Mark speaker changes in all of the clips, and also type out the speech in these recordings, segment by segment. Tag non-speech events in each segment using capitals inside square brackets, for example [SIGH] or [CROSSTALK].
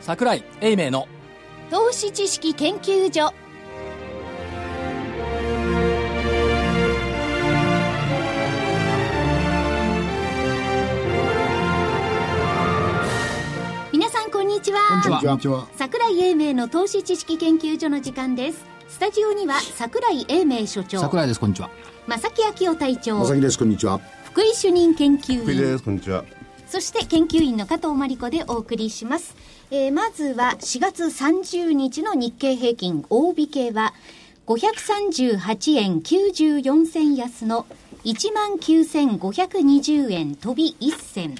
Speaker 1: 桜井英明の
Speaker 2: 投資知識研究所皆さんこんにちは
Speaker 1: こんにちは
Speaker 3: にちは。
Speaker 2: 桜井英明の投資知識研究所の時間ですスタジオには桜井英明所長
Speaker 1: 桜井ですこんにちは
Speaker 2: 正木昭夫隊長
Speaker 3: まさきです。こんにちは。
Speaker 2: 福井主任研究
Speaker 4: 福井
Speaker 2: 員
Speaker 4: です。こんにちは。
Speaker 2: そして研究員の加藤真理子でお送りします。えーまずは4月30日の日経平均大引けは538円94銭安の19,520円飛び1銭。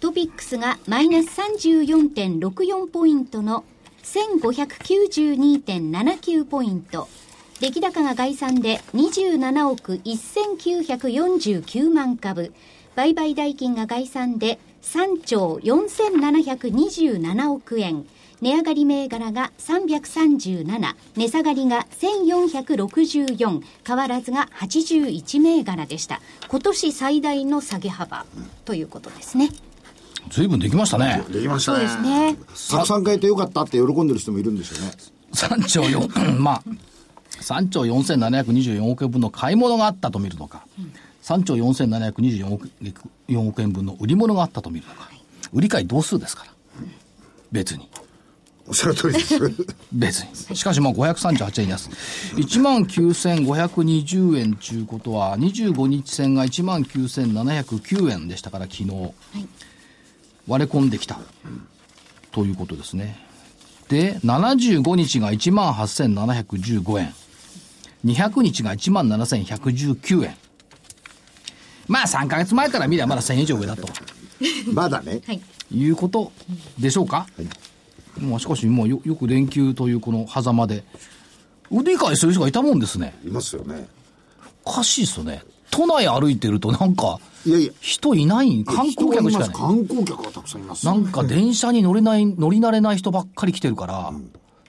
Speaker 2: トピックスがマイナス34.64ポイントの1592.79ポイント。出来高が概算で27億1949万株。売買代金が概算で3兆4727億円。値上がり銘柄が337、値下がりが1464、変わらずが81銘柄でした。今年最大の下げ幅ということですね。
Speaker 1: 随分できましたね
Speaker 3: できまし
Speaker 2: そうです。ね。
Speaker 3: たくさん買えてよかったって喜んでる人もいるんでしょうね。
Speaker 1: 3兆4 [LAUGHS] まあ3兆4724億円分の買い物があったと見るのか、3兆4724億4億円分の売り物があったと見るのか売り買い同数ですから別に
Speaker 3: [LAUGHS] おっしゃる通りです。
Speaker 1: 別にしかしまあ538円安1万9520円ちゅうことは25日線が1万9709円でしたから昨日、割れ込んできたということですねで75日が1万8715円200日が1万7119円まあ3ヶ月前から見ればまだ1000円以上上だと
Speaker 3: [LAUGHS] まだね。
Speaker 2: はい。
Speaker 1: いうことでしょうか、まあしかし、まあ、よよく連休というこの狭間で、腕買いする人がいたもんですね。
Speaker 3: いますよね。
Speaker 1: おかしいっすよね。都内歩いてるとなんか、
Speaker 3: いやいや。
Speaker 1: 人いない、観光客しかいない。
Speaker 3: 観光客がたくさんいます。
Speaker 1: なんか電車に乗れない、乗り慣れない人ばっかり来てるから、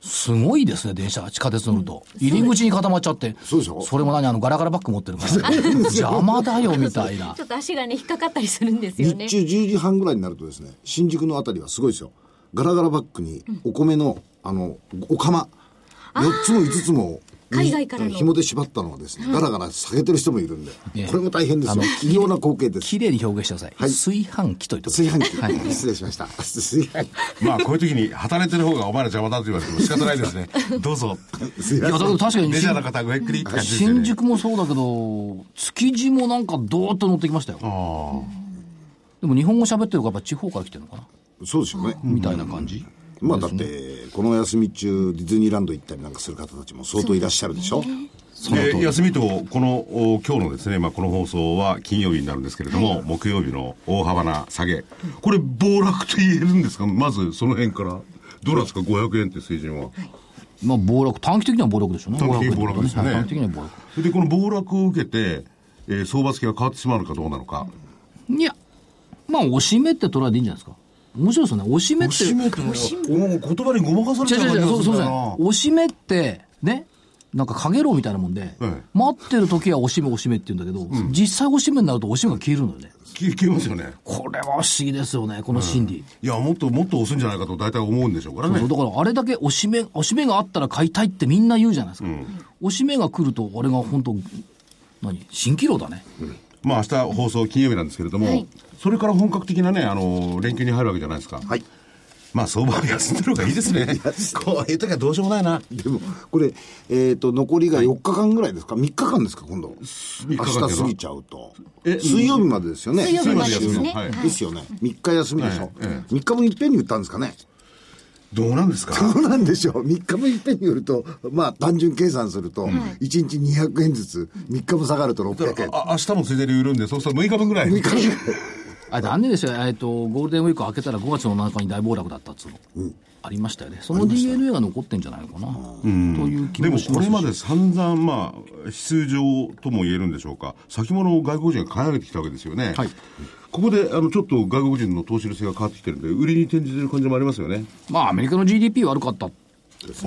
Speaker 1: すごいですね、電車、地下鉄乗ると。入り口に固まっちゃって。
Speaker 3: そうでしょ
Speaker 1: れも何、あの、ガラガラバッグ持ってるから。邪魔だよ、みたいな
Speaker 4: [LAUGHS]
Speaker 2: ちょ。っと足がね、引っかかったりするんですよ
Speaker 3: 日
Speaker 2: ね。
Speaker 3: 中10時半ぐらいになるとですね、新宿のあたりはすごいですよ。ガラガラバッグにお米の、あの、お釜、4つも5つも、
Speaker 2: 海外からの
Speaker 3: 紐で縛ったのはですね、ガラガラ下げてる人もいるんで
Speaker 1: ええ、
Speaker 3: これも大変です
Speaker 1: あの
Speaker 3: よ。奇妙な光景です。
Speaker 1: 綺麗に表現してください。
Speaker 3: はい
Speaker 1: 炊飯器と言ってください
Speaker 3: 炊飯器。失礼しました。 [LAUGHS] 炊飯器。
Speaker 4: まあ、こういう時に働いてる方がお前ら邪魔だと言われても仕方な
Speaker 1: [LAUGHS]
Speaker 4: いですね。どうぞ。
Speaker 3: 炊
Speaker 1: いや、だ
Speaker 3: 飯
Speaker 1: け
Speaker 3: 器
Speaker 1: ど確かに
Speaker 4: レジャーの方、ごゆっくりって感じですよね。
Speaker 1: 新宿もそうだけど、築地もなんかどーっと乗ってきましたよ。
Speaker 4: あ
Speaker 1: でも日本語喋ってるからやっぱ地方から来てるのかな
Speaker 3: そうですよね。
Speaker 1: みたいな感じ。
Speaker 3: まあだって、この休み中、ディズニーランド行ったりなんかする方たちも相当いらっしゃるでしょ。
Speaker 4: あ。で、休みと、この、お今日のですね、まあ、この放送は金曜日になるんですけれども、木曜日の大幅な下げ。これ、暴落と言えるんですかまず、その辺から。どうなんですか ?500 円っていう水準は。
Speaker 1: まあ暴落、短期的には暴落でしょうね。
Speaker 4: 短期的に暴落ですよね
Speaker 1: はい短期的には暴落。
Speaker 4: それで、この暴落を受けて、えー相場付きが変わってしまうのかどうなのか。
Speaker 1: いや、まあ、おしめって捉えていいんじゃないですか。面白いですよね。おしめって。
Speaker 4: て、お言葉にごまかさ
Speaker 1: 違う違う違う、そうそうじゃ
Speaker 4: な
Speaker 1: ない。おしめって、ね、なんかかげろうみたいなもんで、
Speaker 4: ええ
Speaker 1: 待ってる時はおしめおしめって言うんだけど、実際おしめになるとおしめが消えるのよね。
Speaker 4: 消えますよね。
Speaker 1: これは不思議ですよね、この心理。
Speaker 4: いや、もっともっと押すんじゃないかと大体思うんでしょうから
Speaker 1: そう
Speaker 4: ね。
Speaker 1: そうだからあれだけおしめ、おしめがあったら買いたいってみんな言うじゃないですか。おしめが来ると、あれが本当、何、蜃気楼だね。
Speaker 4: まあ明日放送金曜日なんですけれども、
Speaker 2: はい
Speaker 4: それから本格的なね、あの、連休に入るわけじゃないですか。
Speaker 3: はい。
Speaker 4: まあ相場は休んでる方がいいですね。 [LAUGHS] こういう時はどうしようもないな。
Speaker 3: でも、これ、えっと、残りが4日間ぐらいですか ?3 日間ですか今度。明
Speaker 4: 日間っていうのは
Speaker 3: 日過ぎちゃうと。
Speaker 4: え
Speaker 3: 水曜日までですよね。
Speaker 2: 水曜日まで
Speaker 3: 先週
Speaker 2: です
Speaker 3: の
Speaker 2: ね。
Speaker 4: は
Speaker 2: はいい。
Speaker 3: ですよね。3日休みでしょ
Speaker 4: えええ。
Speaker 3: 3日もいっぺんに売ったんですかね。
Speaker 4: どうなんですか
Speaker 3: そうなんでしょう。3日もいっぺんに売ると、まあ単純計算すると、1日200円ずつ、3日も下がると
Speaker 4: だ
Speaker 3: 600
Speaker 4: から
Speaker 3: 円。
Speaker 4: あ明日もついでに売るんで、そうすると6日分ぐらい。
Speaker 3: 3日ぐらい。
Speaker 1: あ残念ですよ、えっと、ゴールデンウィーク明けたら5月の7日に大暴落だったっつうの、ありましたよね、その DNA が残ってんじゃないのかな、という気
Speaker 4: で
Speaker 1: も
Speaker 4: も
Speaker 1: しま
Speaker 4: こ
Speaker 1: す
Speaker 4: れ
Speaker 1: し
Speaker 4: まで散々、まあ、出場とも言えるんでしょうか、先物を外国人が買い上げてきたわけですよね。
Speaker 1: はい
Speaker 4: ここであのちょっと外国人の投資の性が変わってきてるんで、売りに転じてる感じもありますよね。
Speaker 1: まあ、アメリカの GDP 悪かった、い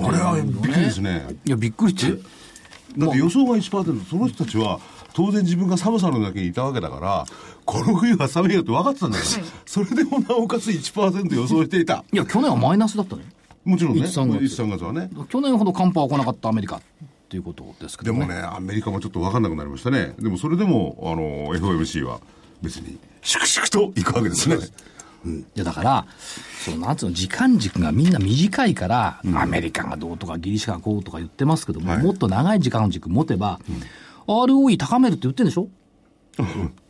Speaker 4: あれはびっくりですね。
Speaker 1: や、びっくりって、
Speaker 4: だって予想が1%、その人たちは当然自分が寒さの中にいたわけだから、この冬は寒いよって分かってたんだよ。それでもなおかつ1%予想していた。
Speaker 1: いや、去年はマイナスだったね。
Speaker 4: もちろんね、
Speaker 1: 1 3月
Speaker 4: 1 3月はね。
Speaker 1: 去年ほど寒波は来なかったアメリカっていうことですけ
Speaker 4: で
Speaker 1: ど
Speaker 4: も
Speaker 1: ね。
Speaker 4: ね、アメリカもちょっと分かんなくなりましたね。でもそれでも、あの、FOMC は別に、粛々と行くわけですね。
Speaker 1: いやだから、そのなんつうの、時間軸がみんな短いから、アメリカがどうとか、ギリシャがこうとか言ってますけども、もっと長い時間軸持てば、ROE 高めるって言ってるんでしょ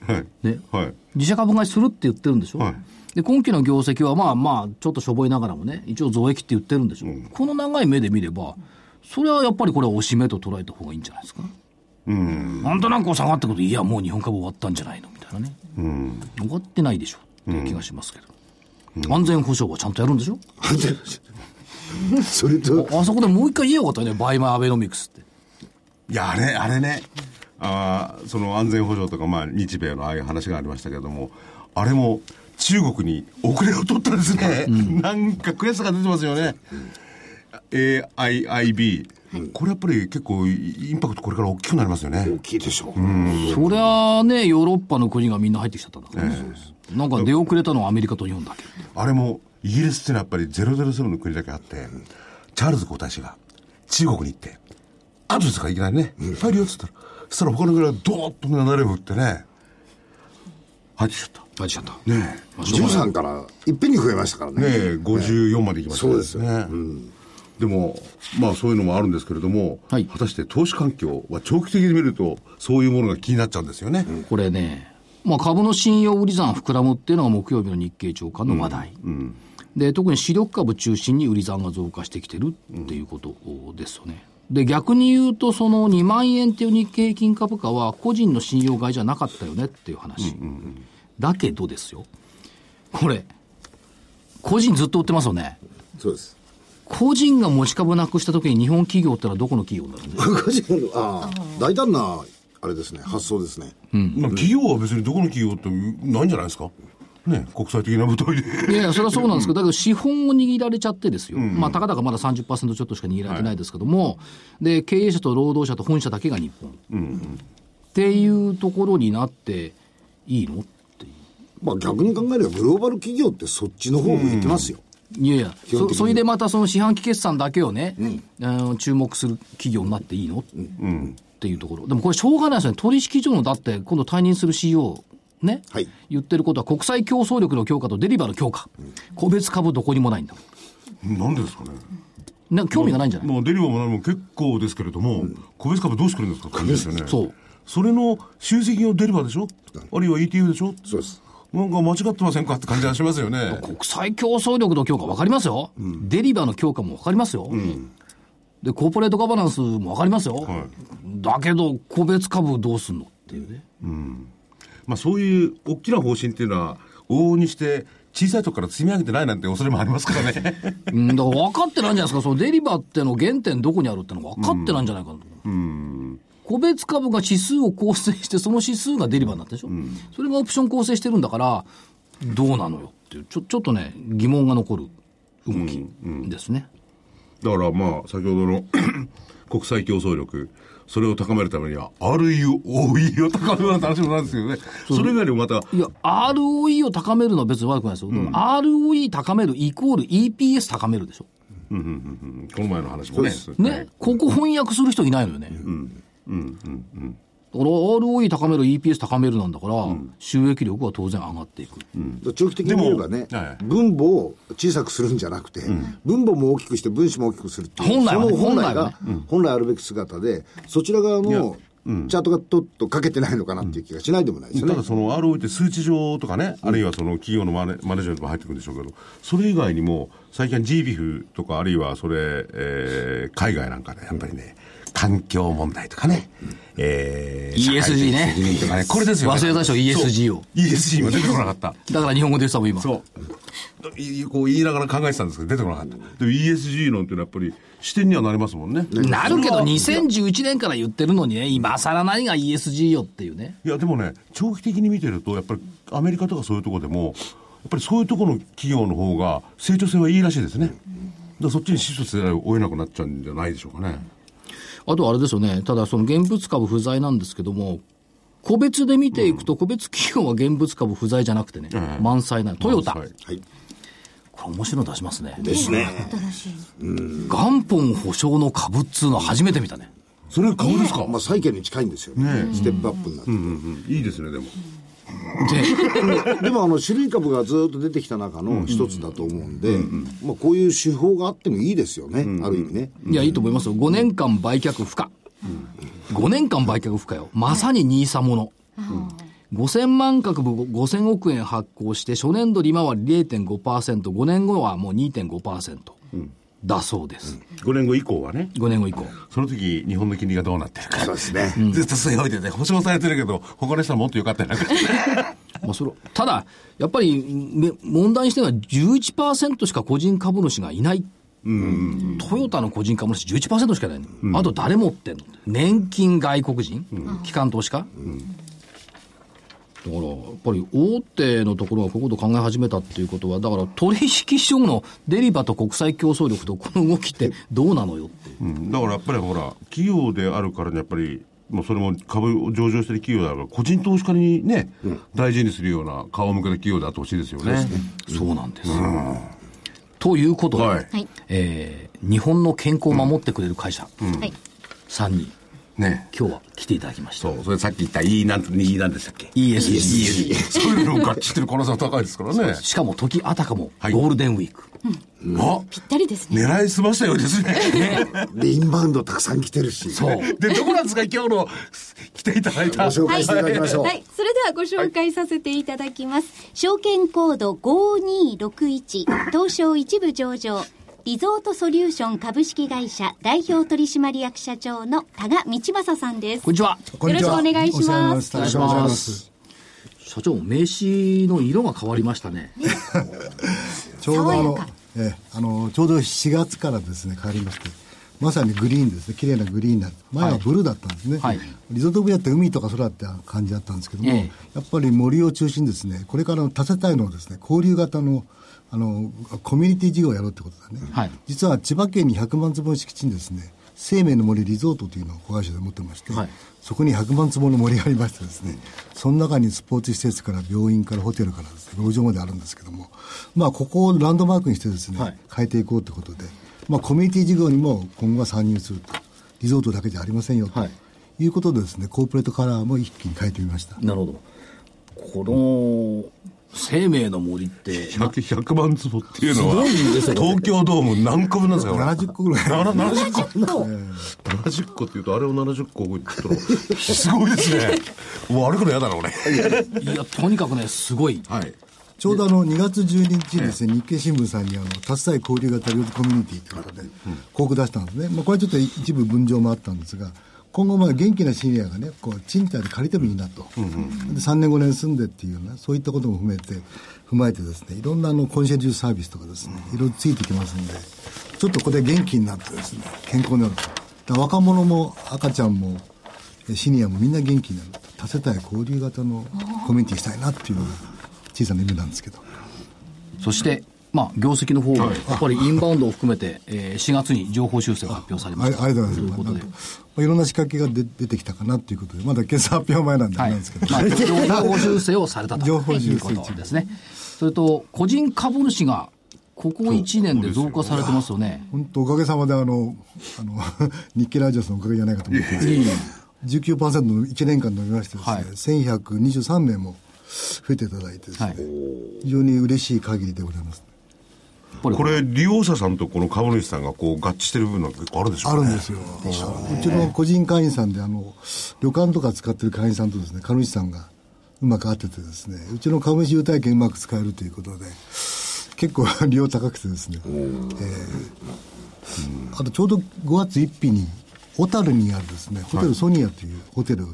Speaker 4: はい。
Speaker 1: ね。
Speaker 4: はい。
Speaker 1: 自社株買いするって言ってるんでしょ、
Speaker 4: はい
Speaker 1: で、今期の業績はまあまあ、ちょっとしょぼいながらもね、一応増益って言ってるんでしょ、この長い目で見れば、それはやっぱりこれはおしめと捉えた方がいいんじゃないですか。うん。なんとなくこう下がってくると、いや、もう日本株終わったんじゃないのみたいなね。
Speaker 4: うん。
Speaker 1: 終わってないでしょっていう気がしますけど。安全保障はちゃんとやるんでしょ
Speaker 3: [LAUGHS] それと
Speaker 1: ああそこでもう一回言えよかったよね、バイマイアベノミクスって。
Speaker 4: いや、あれ、あれね、あーその安全保障とか、まあ、日米のああいう話がありましたけれども、あれも中国に遅れを取ったですね、なんか悔しさが出てますよね。AIIB、これやっぱり結構、イインパクトこれから大きくなりますよね
Speaker 3: 大。きいでしょう、
Speaker 1: そりゃあね、ヨーロッパの国がみんな入ってきちゃったんだから、なんか出遅れたのはアメリカと日本だけ。
Speaker 4: あれも、イギリスっていうのはやっぱり007の国だけあって、チャールズ皇太子が中国に行って、アドレスがいきなりね、いっぱいいるよっつったら、そしたら他の国がドーッと流れを振ってね、入ってきちゃった。
Speaker 1: 入っちゃった。
Speaker 4: ねえ。
Speaker 3: 13からいっぺんに増えましたからね
Speaker 4: ねえ、54までいきましたね、
Speaker 3: そうですよ
Speaker 4: ね。でも、まあそういうのもあるんですけれども、
Speaker 1: はい
Speaker 4: 果たして投資環境は長期的に見ると、そういうものが気になっちゃうんですよね。
Speaker 1: これね、まあ、株の信用売り算膨らむっていうのが木曜日の日経長官の話題、で特に主力株中心に売り算が増加してきてるっていうことですよね。で逆に言うと、その2万円っていう日経平均株価は、個人の信用買いじゃなかったよねっていう話、だけどですよ、これ、個人ずっと売ってますよね、
Speaker 3: そうです
Speaker 1: 個人が持ち株なくしたときに、日本企業ってのはどこの企業になるんですか
Speaker 3: 赤字がああ大胆なあれですね発想ですね、
Speaker 4: まあ企業は別にどこの企業ってないんじゃないですか。ねえ国際的な舞台で。 [LAUGHS]
Speaker 1: いやい
Speaker 3: [LAUGHS]
Speaker 1: や、それはそうなんですけど、だけど資本を握られちゃってですよ、まあ、たかだかまだ30%ちょっとしか握られてないですけども、で経営者と労働者と本社だけが日本、っていうところになっていいのってい
Speaker 3: まあ逆に考えればグローバル企業ってそっちの方も行きますよ、
Speaker 1: う、いやいや、
Speaker 3: 本的
Speaker 1: そ
Speaker 3: に
Speaker 1: それでまたその四半期決算だけをね、あの注目する企業になっていいの、っていうところ、でもこれ、しょうがないですよね、取引所のだって、今度退任する CEO、ね、
Speaker 3: はい
Speaker 1: 言ってることは、国際競争力の強化とデリバーの強化、個別株どこにもないんだもん
Speaker 4: なんでですかね。
Speaker 1: なんか興味がないんじゃない
Speaker 4: まあデリバーも何も結構ですけれども、個別株どうしてくれるんですかですよね。
Speaker 1: そう。
Speaker 4: それの集積のデリバーでしょあるいは ETF でしょ
Speaker 3: そうです
Speaker 4: なんか間違ってませんかって感じがしますよね。
Speaker 1: 国際競争力の強化分かりますよ、デリバーの強化も分かりますよ、でコーポレートガバナンスも分かりますよ、
Speaker 4: い
Speaker 1: だけど、個別株どうすんのっていうね、
Speaker 4: まあ、そういう大きな方針っていうのは、往々にして、小さいとこから積み上げてないなんて恐れもありますから [LAUGHS] ね。
Speaker 1: うん、だから分かってないんじゃないですか、そのデリバーっての原点どこにあるっての分かってないんじゃないかなと、個別株が指数を構成して、その指数がデリバーになったでしょ、それがオプション構成してるんだから、どうなのよっていう、ちょちょっとね、疑問が残る動きですね。
Speaker 4: だからまあ、先ほどの [CLEARS THROAT] 国際競争力、それを高めるためには、ROE を高める話もなんですけどね。それ以外にもまた、
Speaker 1: いや、ROE を高めるのは別に悪くないですよ。ROE 高めるイコール EPS 高めるでしょ。
Speaker 4: うんこの前の話もね。
Speaker 1: ね、ここ翻訳する人いないのよね。うん。うん。だから ROE 高める EPS 高めるなんだから、収益力は当然上がっていく。
Speaker 3: 長期的に見ればね
Speaker 4: でもはい
Speaker 3: 分母を小さくするんじゃなくて、分母も大きくして分子も大きくするっていう
Speaker 1: 本来はね
Speaker 3: その本
Speaker 1: 本
Speaker 3: 来が
Speaker 1: 来は
Speaker 3: 本来あるべき姿でそちら側のチャートがとっとかけてないのかなっていう気がしないでもないですよね、
Speaker 4: ただその ROE って数値上とかね、あるいはその企業のマネマネジメントも入ってくるんでしょうけど、それ以外にも、最近は GBIF とか、あるいはそれ、えー海外なんかね、やっぱりね、環境問題とかね、えー
Speaker 1: ESG
Speaker 4: 社会的責任とかね、これですよ、ね。
Speaker 1: 忘れたでしょ ESG を
Speaker 4: そう。ESG は出てこなかった。
Speaker 1: だから日本語で言ってたもん、今。
Speaker 4: そう。いこう言いながら考えてたんですけど、出てこなかった。でも ESG なんてのはやっぱり視点にはなりますもんね。
Speaker 1: なるけど、2011年から言ってるのにね、今更何が ESG よっていうね。
Speaker 4: いやでもね、長期的に見てると、やっぱりアメリカとかそういうとこでも、やっぱりそういうところの企業の方が成長性はいいらしいですね。だからそっちにシフトせざるを得なくなっちゃうんじゃないでしょうかね。
Speaker 1: あとはあれですよね、ただその現物株不在なんですけども、個別で見ていくと、個別企業は現物株不在じゃなくてね、
Speaker 4: うん
Speaker 1: 満載なの。トヨタ。
Speaker 4: 満載
Speaker 3: はい。
Speaker 1: これ面白いの出しますね。
Speaker 3: ですね。
Speaker 2: 新しい。
Speaker 1: 元本保証の株っつうのは初めて見たね。
Speaker 4: それ顔ですか、
Speaker 3: まあ、債券に近いんですよ。
Speaker 4: ねえ
Speaker 3: ステップアップになって。
Speaker 4: うんうんうんいいですねでも
Speaker 3: [LAUGHS] でもあの種類株がずっと出てきた中の一つだと思うんで、まあ、こういう手法があってもいいですよね、ある意味ね。
Speaker 1: いや、いいと思いますよ。5年間売却不可。5年間売却不可よ。まさに NISA もの。5000万株5000億円発行して、初年度利回り0.5%、5年後はもう2.5%だそうです。
Speaker 4: 5年後以降はね
Speaker 1: 5年後以降。
Speaker 4: その時日本の金利がどうなってるか
Speaker 3: そうですね。
Speaker 4: ずっと据え置いてて保証されてるけど他の人はもっと良かったよな
Speaker 1: まあ、それをただ、やっぱりめ問題にしてるのは11%しか個人株主がいない。トヨタの個人株主11%しかいないの、あと誰持ってんの年金外国人、機関投資家、だから、やっぱり大手のところがこういうことを考え始めたっていうことは、だから取引所のデリバと国際競争力とこの動きってどうなのよっていう。
Speaker 4: うんだからやっぱりほら企業であるからにやっぱりもうそれも株を上場してる企業だから個人投資家にね、大事にするような顔向けの企業であってほしいですよね
Speaker 1: そうなんです。ということで、
Speaker 4: はい
Speaker 2: はい。
Speaker 1: えー日本の健康を守ってくれる会社、
Speaker 2: はい。
Speaker 1: さんに
Speaker 4: ね
Speaker 1: 今日は来ていただきました。
Speaker 4: そうそれさっき言ったいいなんいいなんでしたっけ
Speaker 1: ESG。
Speaker 4: そういうのを合致してる可能性は高いですからね
Speaker 1: しかも時あたかも
Speaker 4: はい
Speaker 1: ゴールデンウィーク。
Speaker 4: あ
Speaker 2: ぴったりですね。
Speaker 4: 狙いすましたようですね
Speaker 3: で、インバウンドたくさん来てるし。
Speaker 1: そう。
Speaker 4: でどこなんですか今日の来ていただいた
Speaker 3: ご紹介していただきましょう。
Speaker 2: はい。それではご紹介させていただきます。証券コード5261、東証一部上場、リゾートソリューション株式会社代表取締役社長の多賀道正さんです。
Speaker 1: こんにちは。
Speaker 5: こんにちは
Speaker 2: よろしくお願いします
Speaker 5: お
Speaker 1: お
Speaker 5: 世話になりた
Speaker 1: 願いします
Speaker 5: お世話になりす
Speaker 1: 社長、名刺の色が変わりましたね。
Speaker 5: ちょうどあ
Speaker 2: 爽
Speaker 5: の
Speaker 2: やか、
Speaker 5: ええあの、ちょうど4月からですね、変わりまして、まさにグリーンですね、綺麗なグリーンになる。前はブルーだったんですね。
Speaker 1: はい
Speaker 5: リゾート部屋って海とか空って感じだったんですけども、
Speaker 1: ええ
Speaker 5: やっぱり森を中心にですね、これからの多世帯のですね、交流型の、あの、コミュニティ事業をやろうってことだね。
Speaker 1: はい
Speaker 5: 実は千葉県に100万坪の敷地にですね、生命の森リゾートというのを子会社で持ってまして、
Speaker 1: はい
Speaker 5: そこに100万坪の森がありましてですね、その中にスポーツ施設から病院からホテルからですね、農場まであるんですけども、まあ、ここをランドマークにしてですね、
Speaker 1: はい
Speaker 5: 変えていこうということで、まあ、コミュニティ事業にも今後は参入すると、リゾートだけじゃありませんよと、
Speaker 1: はい
Speaker 5: い、うことでですね、コーポレートカラーも一気に変えてみました。
Speaker 1: なるほど。この、生命の森って、
Speaker 4: 100, 100万坪っていうのは
Speaker 1: すごいんですよ
Speaker 4: 東京ドーム何個分なんですかこれ
Speaker 5: 70個ぐらい。
Speaker 4: なな70個70個っていうとあれを70個覚えてたら [LAUGHS] すごいですねもう歩くの嫌だな俺
Speaker 1: いや、とにかくね、すごい。
Speaker 4: はい
Speaker 5: ちょうどあの2月12日にですね、日経新聞さんにあの、多世帯交流型料理コミュニティということで、広告出したんですね。まあ、これはちょっと一部分譲もあったんですが、今後まあ元気なシニアがね、こう、賃貸で借りてもいいなと。で、3年5年住んでっていうような、そういったことも踏めて、踏まえてですね、いろんなあの、コンシェルジュサービスとかですね、いろいろついてきますんで、ちょっとここで元気になってですね、健康になると。だから若者も赤ちゃんも、えシニアもみんな元気になる。多世帯交流型のコミュニティしたいなっていうのが小さな夢なんですけど。
Speaker 1: そして、まあ、業績の方も、やっぱりインバウンドを含めて、えー4月に情報修正が発表されま
Speaker 5: あ
Speaker 1: し
Speaker 5: り
Speaker 1: た。
Speaker 5: ありがとうございます。
Speaker 1: ということ
Speaker 5: なん
Speaker 1: で
Speaker 5: か。まあいろんな仕掛けが出出てきたかなということで、まだ今朝発表前なんであ
Speaker 1: は
Speaker 5: れ
Speaker 1: い
Speaker 5: なんですけど、
Speaker 1: まあ、情報修正をされたと
Speaker 5: 情報
Speaker 1: い
Speaker 5: 修
Speaker 1: う
Speaker 5: 正
Speaker 1: ことですね。それと、個人株主が、ここ1年で増加されてますよね。
Speaker 5: 本当おかげさまであの、 [LAUGHS] あの、日経ラジオさんのおかげじゃないかと思ってますけど、19%の1年間伸びまして
Speaker 1: はい
Speaker 5: ですね、1123名も増えていただいてですね、
Speaker 1: はい
Speaker 5: 非常に嬉しい限りでございます。
Speaker 1: こ
Speaker 4: これ利用者さんとこの株主さんがこう合致してる部分なんか結構あるでしょう
Speaker 5: あ
Speaker 4: ね
Speaker 5: るんですよ。うちの個人会員さんで、あの、旅館とか使ってる会員さんとですね、株主さんがうまく合っててですね、うちの株主優待券うまく使えるということで、結構利用高くてですね、えーあとちょうど5月1日に、小樽にあるですね、ホテルソニアというホテル、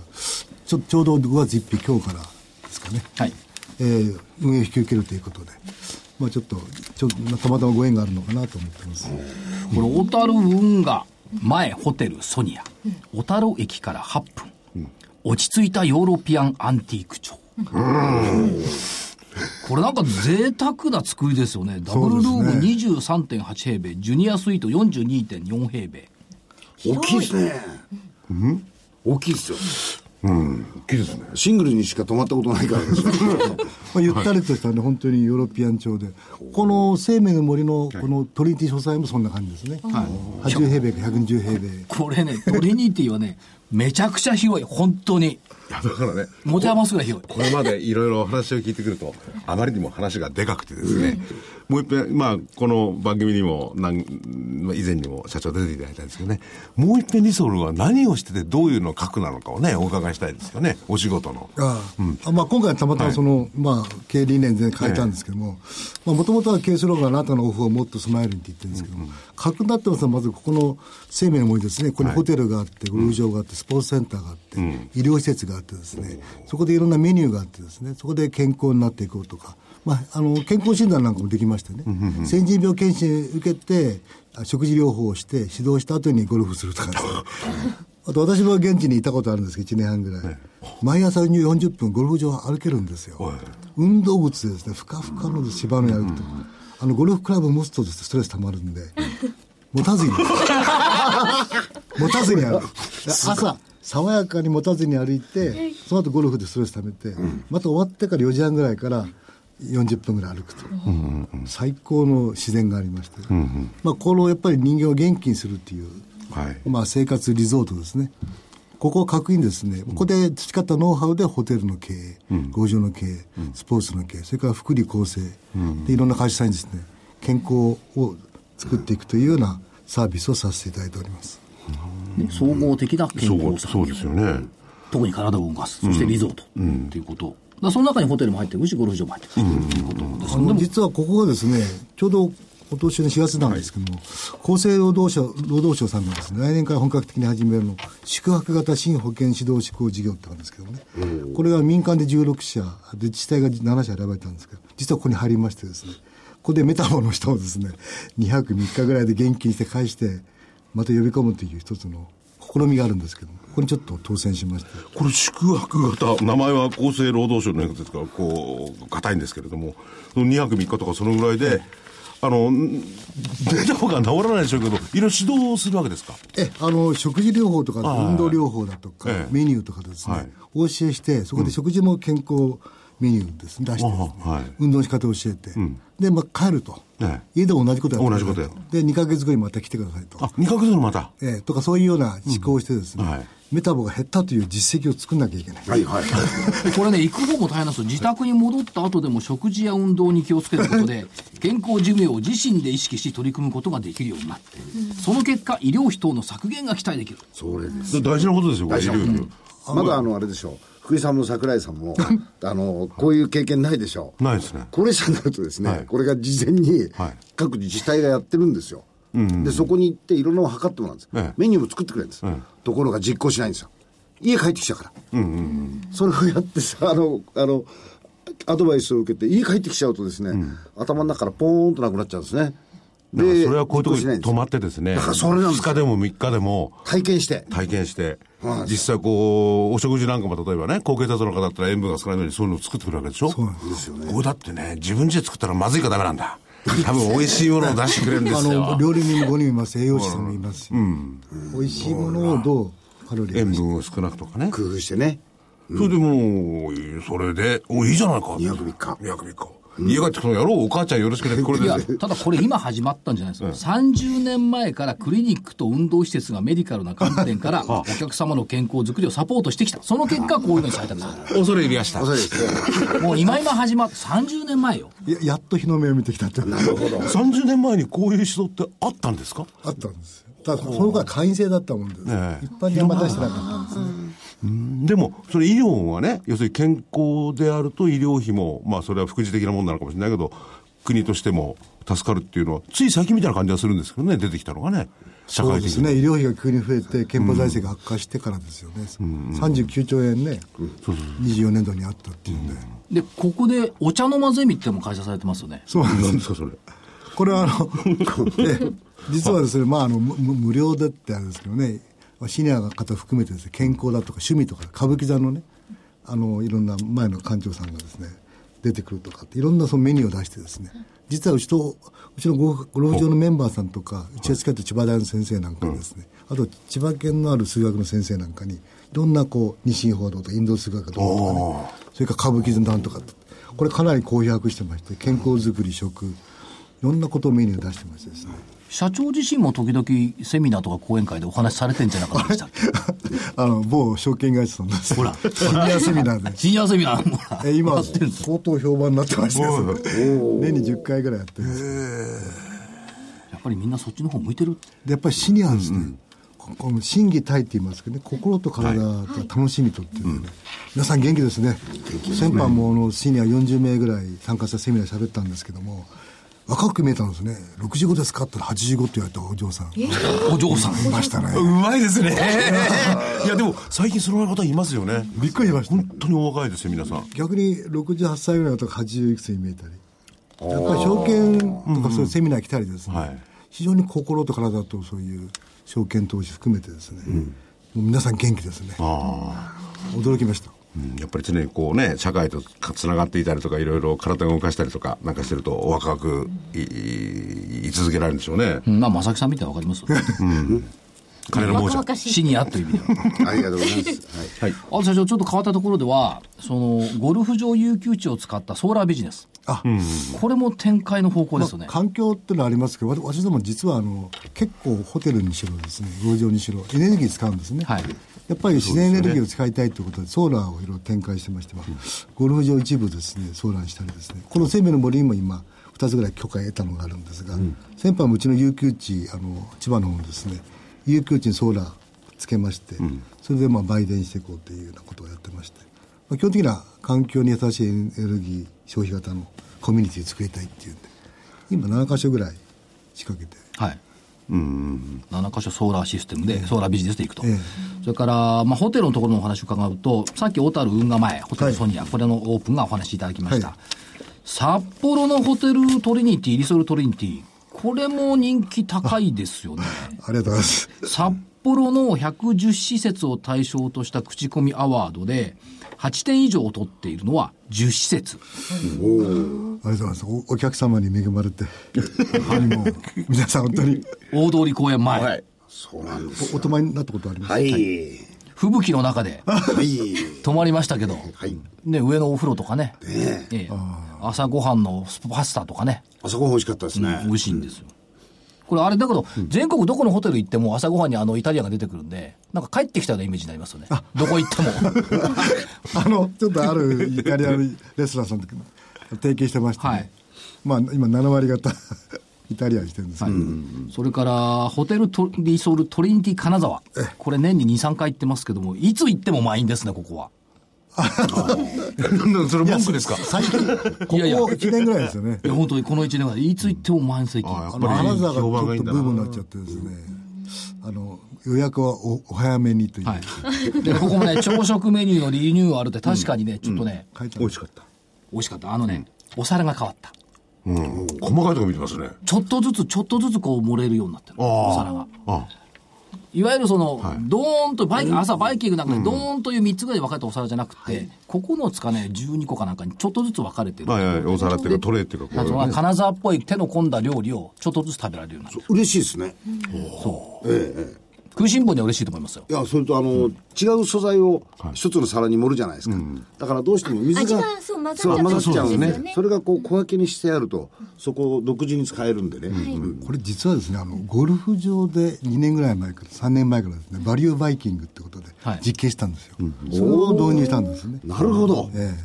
Speaker 5: ちょちょうど5月1日今日からですかね、
Speaker 1: はい。
Speaker 5: えー運営を引き受けるということで、まあちょっと、ちょっとたまたまご縁があるのかなと思ってます。
Speaker 1: これ小樽運河前ホテルソニア小樽駅から8分落ち着いたヨーロピアンアンティーク町これなんか贅沢な作りですよねダブルルー
Speaker 5: そう
Speaker 1: ム
Speaker 5: で
Speaker 1: 23.8平米ジュニアスイート42.4平米
Speaker 3: 大きいですね。大きいですよ。
Speaker 4: うん。きですね。
Speaker 3: シングルにしか止まったことないから [LAUGHS] ですよ
Speaker 5: まあ、ゆったりとしたね、本当にヨーロピアン調で、この生命の森のこのトリニティ書斎もそんな感じですね、80平米か120平米、
Speaker 1: これね、トリニティはね、めちゃくちゃ広い、本当に。
Speaker 4: いやだからね、
Speaker 1: 持て余すぐらい広い。
Speaker 4: これまでいろいろお話を聞いてくると、あまりにも話がでかくてですね、もう一遍、まあ、この番組にも何、まあ以前にも社長出ていただいたんですけどね、もう一遍リソルは何をしててどういうのを書くなのかをね、お伺いしたいですよね、お仕事の。
Speaker 5: あああまあ、今回はたまたまその、まあ、経営理念全然変えたんですけども、もともとは経営スローガンあなたのオフをもっとスマイルにって言ってるんですけども、核になってますのは、まずここの生命の森ですね、ここにホテルがあって、ゴルフ場があって、スポーツセンターがあって、医療施設があってですね、そこでいろんなメニューがあってですね、そこで健康になっていこうとか、まあ、あの健康診断なんかもできましてね、先人病検診受けて、あ食事療法をして、指導した後にゴルフするとかです [LAUGHS] ね。あと私も現地にいたことあるんですけど、1年半ぐらい。毎朝に40分ゴルフ場を歩けるんですよ。運動靴でですね、ふかふかの芝のやると。あの、ゴルフクラブを持つとですねストレス溜まるんで、持たずに。持たずに歩く。朝、爽やかに持たずに歩いて、その後ゴルフでストレス溜めて、また終わってから4時半ぐらいから、40分ぐらい歩くと、最高の自然がありまして、まあ、このやっぱり人間を元気にするっていう
Speaker 4: はい。
Speaker 5: まあ、生活リゾートですね。ここを確認ですね、ここで培ったノウハウでホテルの経営、工場の経営、スポーツの経営、それから福利厚生、でいろんな会社さんにですね、健康を作っていくというようなサービスをさせていただいております。
Speaker 1: ね総合的な健
Speaker 4: そう、
Speaker 1: 康さ
Speaker 4: そうですよね。
Speaker 1: 特に体を動かす、そしてリゾート、っていうこと。だからその中にホテルも入ってくるし、ゴルフ場も入ってくるということです
Speaker 5: あの実はここがですね、ちょうど今年の4月なんですけども、厚生労働省労働省さんがですね、来年から本格的に始めるの、宿泊型新保険指導施行事業ってあるんですけどもね、これは民間で16社、で自治体が7社選ばれたんですけど、実はここに入りましてですね、ここでメタボの人をですね、2泊3日ぐらいで現金して返して、また呼び込むという一つの試みがあるんですけども、ここにちょっと当選しまして、
Speaker 4: これ宿泊型、名前は厚生労働省のやつですから、こう、硬いんですけれども、その2泊3日とかそのぐらいで、あの、ん出た方が治らないでしょうけど、いろいろ指導をするわけですか。
Speaker 5: えあの食事療法とか運動療法だとか、
Speaker 4: ええ
Speaker 5: メニューとかですね、
Speaker 4: はい
Speaker 5: お教えしてそこで食事も健康メニューですね出してですね
Speaker 4: あはい
Speaker 5: 運動の仕方を教えて、で、まあ、帰ると、
Speaker 4: え
Speaker 5: 家でも同じことやってくださ
Speaker 4: 同
Speaker 5: い
Speaker 4: じことや
Speaker 5: で2か月後にまた来てくださいと
Speaker 4: あ、2ヶ月のまた。
Speaker 5: ええとかそういうような思考をしてですね、
Speaker 4: うんはい
Speaker 5: メタボが減ったという実績を作んなきゃいけない
Speaker 3: はいはい
Speaker 1: これね、行く方も大変なんですよ。自宅に戻った後でも食事や運動に気をつけることで、健康寿命を自身で意識し取り組むことができるようになって、その結果、医療費等の削減が期待できる。
Speaker 3: それです
Speaker 4: 大事なことですよ、これ。
Speaker 3: 大事なことまだあのあれでしょう福井さんも桜井さん [LAUGHS] もあのこういう経験ないでしょう
Speaker 4: ないですね。
Speaker 3: 高齢者になるとですね、
Speaker 4: はい
Speaker 3: これが事前に
Speaker 4: はい
Speaker 3: 各自治体がやってるんですよ、でそこに行っていろんなのを測ってもらうんです、
Speaker 4: ええ
Speaker 3: メニューも作ってくれるんです、ところが実行しないんですよ家帰ってきちゃうから、それをやってさあのあのアドバイスを受けて家帰ってきちゃうとですね、頭の中からポーンとなくなっちゃうんですね
Speaker 4: だからそれはこういうと
Speaker 3: 実
Speaker 4: こ
Speaker 3: 行し
Speaker 4: ろ
Speaker 3: ない
Speaker 4: に
Speaker 3: んです
Speaker 4: 泊まってですね、
Speaker 3: だからそれなんです
Speaker 4: 2日でも3日でも
Speaker 3: 体験して
Speaker 4: 体験して
Speaker 3: は、い
Speaker 4: 実際こう、お食事なんかも例えばね、高血圧の方だったら塩分が少ないのにそういうのを作ってくるわけでしょそうなんですよね。これだってね、自分自で作ったらまずいからダメなんだ。多分美味しいものを出してくれるんで
Speaker 5: あ
Speaker 4: すよ
Speaker 5: の。料理人も5人います栄養士さんもいますし、美味しいものをどうカロリー
Speaker 4: 塩
Speaker 5: を
Speaker 4: 分を少なくとかね。
Speaker 3: 工夫してね
Speaker 4: それでもう、それで、お、いいじゃないか。
Speaker 3: 2泊3日
Speaker 4: 2泊3日。家帰ってくるのやろう、お母ちゃんよろしくね。これ
Speaker 1: い
Speaker 4: で [LAUGHS]
Speaker 1: や、ただこれ今始まったんじゃないですか。30年前からクリニックと運動施設がメディカルな観点から、お客様の健康づくりをサポートしてきた。その結果、こういうのにされたんですよ
Speaker 4: 恐れ入りました
Speaker 3: あ。そうですね
Speaker 1: もう今今始まって、30年前よ。
Speaker 5: ややっと日の目を見てきたって
Speaker 4: 30年前にこういう指導ってあったんですか
Speaker 5: あったんですよ。ただ、その頃は会員制だったもんで、
Speaker 4: ええ
Speaker 5: 一般にあんま出してなかったんですね。
Speaker 4: でも、それ医療はね、要するに健康であると医療費も、まあそれは副次的なもんなのかもしれないけど、国としても助かるっていうのは、つい最近みたいな感じがするんですけどね、出てきたのがね、社
Speaker 5: そう
Speaker 4: 会
Speaker 5: で
Speaker 4: 的
Speaker 5: す
Speaker 4: に。
Speaker 5: ね。医療費が急に増えて、憲法財政が悪化してからですよね。39兆円ね、24年度にあったっていうんで。
Speaker 1: で、ここで、お茶の間ゼミってのも開催されてますよね。
Speaker 5: そうなんです
Speaker 4: 何ですか、それ。
Speaker 5: これはあの、ええ実はですね、まあ、あの、むむ無料でってあれですけどね、シニアの方含めてですね、健康だとか趣味とか、歌舞伎座のね、あの、いろんな前の館長さんがですね、出てくるとかっていろんなそのメニューを出してですね、実はうちと、うちのご老場のメンバーさんとか、うちは近いと千葉大の先生なんかにですね、あと千葉県のある数学の先生なんかに、いろんなこう、日清報道とかインド数学とかね、それから歌舞伎図なんとかと、これかなり公約してまして、健康づくり、食、いろんなことをメニュー出してましてですね。 [LAUGHS]
Speaker 1: 社長自身も時々セミナーとか講演会でお話しされてんじゃなかったでしたっけ
Speaker 5: あの、某証券会社さんです。
Speaker 1: ほら
Speaker 5: シニアセミナー [LAUGHS] で。
Speaker 1: 深夜セミナーもほら
Speaker 5: え今
Speaker 1: やってるんです
Speaker 5: 相当評判になってましてですね [LAUGHS] 年に10回ぐらいやってるんです
Speaker 1: やっぱりみんなそっちの方向いてる
Speaker 5: でやっぱりシニアはですね、ここの心技体って言いますけどね心と体が楽しみとっていうのね、皆さん元気ですね先般もあのシニア40名ぐらい参加したセミナーで喋ったんですけども若く見えたんですね65ですかって言ったら85って言われたお嬢さんい
Speaker 1: お嬢さん
Speaker 5: ましたね
Speaker 4: うまいですね。 [LAUGHS] いや、でも、最近その方いますよね。
Speaker 5: びっくりしました
Speaker 4: 本当にお若いですよ、皆さん。
Speaker 5: 逆に68歳ぐらいのとか80いくつに見えたりやっぱり証券とかそういうセミナー来たりですね、
Speaker 4: はい
Speaker 5: 非常に心と体とそういう証券投資含めてですね、もう皆さん元気ですね驚きました
Speaker 4: うんやっぱり常にこうね、社会とつながっていたりとか、いろいろ体を動かしたりとかなんかしてると、お若くいいい続けられるんでしょうね。
Speaker 1: うんまあ正木さん見てわかります
Speaker 4: 金の亡
Speaker 2: 若
Speaker 4: 者。
Speaker 2: 々しい
Speaker 1: シニアという意味では
Speaker 3: ありがとうございます。はい。
Speaker 1: あと社長ちょっと変わったところではそのゴルフ場有給地を使ったソーラービジネス
Speaker 5: あ、
Speaker 1: これも展開の方向ですよ
Speaker 5: ま
Speaker 1: ね、
Speaker 5: あ環境っていうのはありますけどわ私ども実はあの結構ホテルにしろですね養生にしろエネルギー使うんですね、
Speaker 1: はい
Speaker 5: やっぱり自然エネルギーを使いたいということでソーラーをいろいろ展開してまして、まあゴルフ場一部ですねソーラーにしたりですねこの生命の森にも今2つぐらい許可を得たのがあるんですが、先般もうちの有給地あの千葉の方にですね有給地にソーラーつけまして、それでまあ売電していこうというようなことをやってまして、まあ、基本的には環境に優しいエネルギー消費型のコミュニティを作りたいっていうんで今7か所ぐらい仕掛けて
Speaker 1: はい7箇所ソーラーシステムで、ソーラービジネスでいくと、
Speaker 5: ええ
Speaker 1: それから、まあ、ホテルのところのお話を伺うと、さっき小樽運河前、ホテルソニア、これのオープンがお話しいただきました、
Speaker 5: はい
Speaker 1: 札幌のホテルトリニティ、リソルトリニティ、これも人気高いです
Speaker 5: [LAUGHS]
Speaker 1: よね。
Speaker 5: ありがとうございます
Speaker 1: 札幌の110施設を対象とした口コミアワードで、8点以上を取っているのは10施設。
Speaker 5: ありがとうございますおお客様に恵まれて [LAUGHS] 本当にもう皆さん本当に
Speaker 1: 大通公園前、
Speaker 4: はい。
Speaker 3: そうなんです。
Speaker 5: おお泊まりになったことあ
Speaker 3: [LAUGHS]
Speaker 5: ります、
Speaker 3: はい。
Speaker 1: 吹雪の中で
Speaker 3: はい。
Speaker 1: 泊まりました
Speaker 5: [LAUGHS]
Speaker 1: けど、
Speaker 3: はい。
Speaker 1: ね、上のお風呂とかね、
Speaker 3: ねえ。
Speaker 1: ええ朝ごはんのスパスタとかね、
Speaker 3: あそこ美味しかったですね
Speaker 1: 美。味しいんですよ。これあれだけど、全国どこのホテル行っても朝ごはんにあのイタリアンが出てくるんで、なんか帰ってきたようなイメージになりますよね。どこ行っても。
Speaker 5: あのちょっとあるイタリアのレストランさんと提携してまして、ね
Speaker 1: はい
Speaker 5: まあ今7割方 [LAUGHS] イタリアンしてるんですけど、
Speaker 1: それから、ホテルトリソルトリニティ金沢。これ年に2、3回行ってますけども、いつ行っても満員ですね、ここは。
Speaker 4: なんだそれ文句ですか
Speaker 5: 最近ここ
Speaker 1: いやいや
Speaker 5: 1年ぐらいです
Speaker 1: [LAUGHS]
Speaker 5: よね
Speaker 1: いや、本当にこの1年間で、いつ行っても満席。
Speaker 4: あやっぱ
Speaker 5: あ
Speaker 4: り
Speaker 5: の金沢がち
Speaker 4: 評判
Speaker 5: ょ
Speaker 4: が
Speaker 5: っ
Speaker 4: いい
Speaker 5: と
Speaker 4: ん
Speaker 5: ブ
Speaker 4: だ
Speaker 5: ームになっちゃってですね、あの予約はおお早めにという、
Speaker 1: はい。で、ここもね、朝食メニューのリニューアルって確かにね、ちょっとね、
Speaker 5: 書いてあ
Speaker 4: 美
Speaker 5: る
Speaker 4: 味しかった。
Speaker 1: 美味しかった。あのね、お皿が変わった。
Speaker 4: うん。細かいとこ見てますね。
Speaker 1: ちょっとずつ、ちょっとずつこう盛れるようになってる。お皿が。
Speaker 4: あ
Speaker 1: いわゆるその、ドーンとバイキング、朝バイキングなんかで、ドーンという3つぐらい分かれたお皿じゃなくて、9つかね、12個かなんかにちょっとずつ分かれてる。
Speaker 4: まあいやいや、お皿っていうか、トレーっていうか、
Speaker 1: あと
Speaker 4: こう
Speaker 1: は金沢っぽい手の込んだ料理をちょっとずつ食べられるようになる。
Speaker 3: 嬉しいですね。
Speaker 1: 食いしん坊には嬉しいと思いますよ。
Speaker 3: いや、それとあの、違う素材を一つの皿に盛るじゃないですか。だからどうしても水が。
Speaker 2: 味がそう混ざっちゃ
Speaker 3: そうう混ざっちゃうん
Speaker 2: で
Speaker 3: ですす
Speaker 2: よね
Speaker 3: ね。それがこう小分けにしてあると、そこを独自に使えるんでね。うん
Speaker 5: これ実はですねあのゴルフ場で2年ぐらい前から3年前からですねバリューバイキングってことで
Speaker 1: はい
Speaker 5: 実験したんですよ、それを導入したんですね
Speaker 3: なるほど。
Speaker 5: え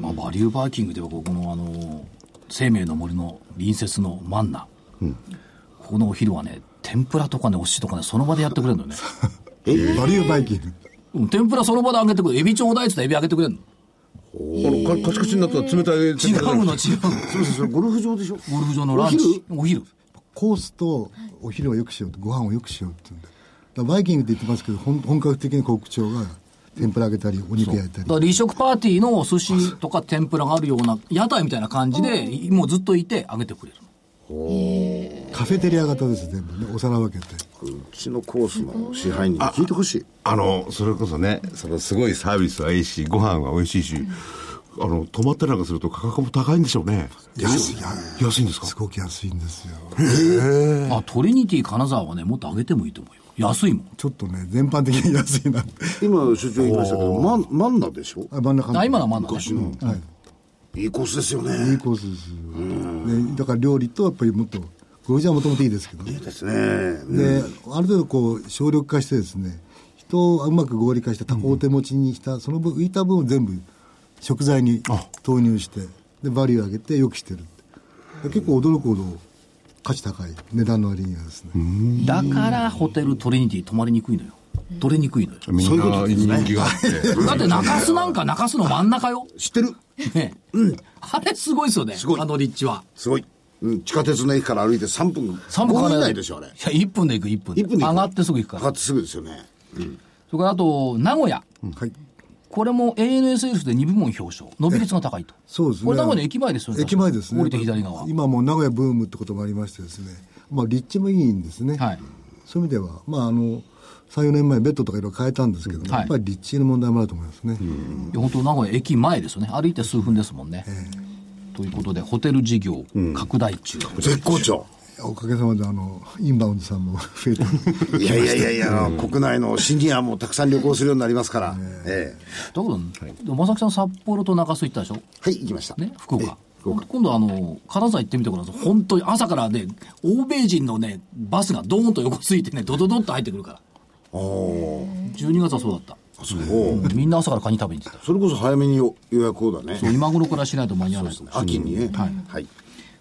Speaker 1: まあ、バリューバーキングではここのあの生命の森の隣接のマンナ、ここのお昼はね天ぷらとかねお寿司とかねその場でやってくれるのよね、
Speaker 5: えバリューバイキング
Speaker 1: うん天ぷらその場で揚げてくれるエビちょうだいっつってエビ揚げてくれるの
Speaker 4: このかカチカチになったら冷たい。
Speaker 1: 違うの違う
Speaker 3: すみません、それゴルフ場でしょ
Speaker 1: の [LAUGHS] ゴルフ場のランチお昼
Speaker 5: コースとお昼をよくしようとご飯をよくしようっていうんでだからバイキングって言ってますけど本本格的に国長が天ぷら揚げたりお肉焼いた
Speaker 1: だ
Speaker 5: り
Speaker 1: から離職パーティーのお寿司とか天ぷらがあるような屋台みたいな感じでもうずっといて揚げてくれる
Speaker 5: カフェテリア型です全部ねお皿分けて
Speaker 3: うちのコースの支配人に聞いてほしい。
Speaker 4: あの、それこそね、そのすごいサービスはいいし、ご飯は美味しいし、あの、止まったりなんかすると価格も高いんでしょうね。
Speaker 5: 安い安
Speaker 4: 安いんですか
Speaker 5: すごく安いんですよ
Speaker 1: あ、トリニティ金沢はね、もっと上げてもいいと思うよ。安いもん。
Speaker 5: ちょっとね全般的に安いなって
Speaker 3: 今、所長言いましたけど、マンマンナでしょ
Speaker 5: あ真ん中
Speaker 1: あ今の
Speaker 5: の
Speaker 1: はまだ、ね、
Speaker 5: はい
Speaker 3: いいコースですよ
Speaker 5: いい
Speaker 3: ね。
Speaker 5: コースですよでだから料理とやっぱりもっとゴルジャーはもともといいですけどね
Speaker 3: ですね。
Speaker 5: である程度こう省力化してですね人をうまく合理化して大手持ちにした、その分浮いた分を全部食材に投入してでバリュー上げてよくしてるで結構驚くほど価値高い値段の割にはですね、
Speaker 1: だからホテルトリニティ泊まりにくいのよ。取れにくいのよ。
Speaker 4: みんな人気があって。
Speaker 1: だって中洲なんか中洲の真ん中よ。
Speaker 3: 知ってる
Speaker 1: ねあれすごいですよね。
Speaker 3: ごい
Speaker 1: あの立地は。
Speaker 3: すごい。うん、地下鉄の駅から歩いて3分、
Speaker 1: 3分
Speaker 3: 5
Speaker 1: から
Speaker 3: 分以内でしょ、あれ
Speaker 1: い。や、1分で行く、1分で。
Speaker 3: 1分で行く
Speaker 1: 上がってすぐ行くか
Speaker 3: 上
Speaker 1: ら。
Speaker 3: がってすぐですよね。
Speaker 1: それからあと、名古屋。
Speaker 5: はい
Speaker 1: これも ANSF で2部門表彰。伸び率が高いと。
Speaker 5: そうですね
Speaker 1: これ名古屋の駅前ですよね。
Speaker 5: 駅前ですね
Speaker 1: 降りて左側。
Speaker 5: 今もう名古屋ブームってこともありましてですねまあ立地もいいんですね、
Speaker 1: はい
Speaker 5: そういう意味ではまああの34年前ベッドとかいろいろ変えたんですけども、
Speaker 1: はい
Speaker 5: やっぱり立地の問題もあると思いますね、
Speaker 1: いや本当名古屋駅前ですよね。歩いて数分ですもんね。ということで、ホテル事業拡大中。
Speaker 3: 絶好調。
Speaker 5: おかげさまであのインバウンドさんも増え
Speaker 1: [LAUGHS]
Speaker 5: て
Speaker 3: いやいやいやいや、国内のシニアもたくさん旅行するようになりますから。ええ。
Speaker 1: だけど、まさきさん札幌と中洲行ったでしょ
Speaker 3: はい、行きました。
Speaker 1: ね、福岡。
Speaker 3: 福岡
Speaker 1: 今度あの、金沢行ってみてください。本当に朝からね、欧米人のね、バスがドーンと横ついてね、ドドドッと入ってくるから。
Speaker 3: お
Speaker 1: 12月はそうだった。
Speaker 3: あ、そう。
Speaker 1: みんな朝からカニ食べに行ってた。
Speaker 3: それこそ早めに予約をだね。
Speaker 1: そう今頃からしないと間に合わないと思う
Speaker 3: 秋にね。
Speaker 1: はい
Speaker 3: はい。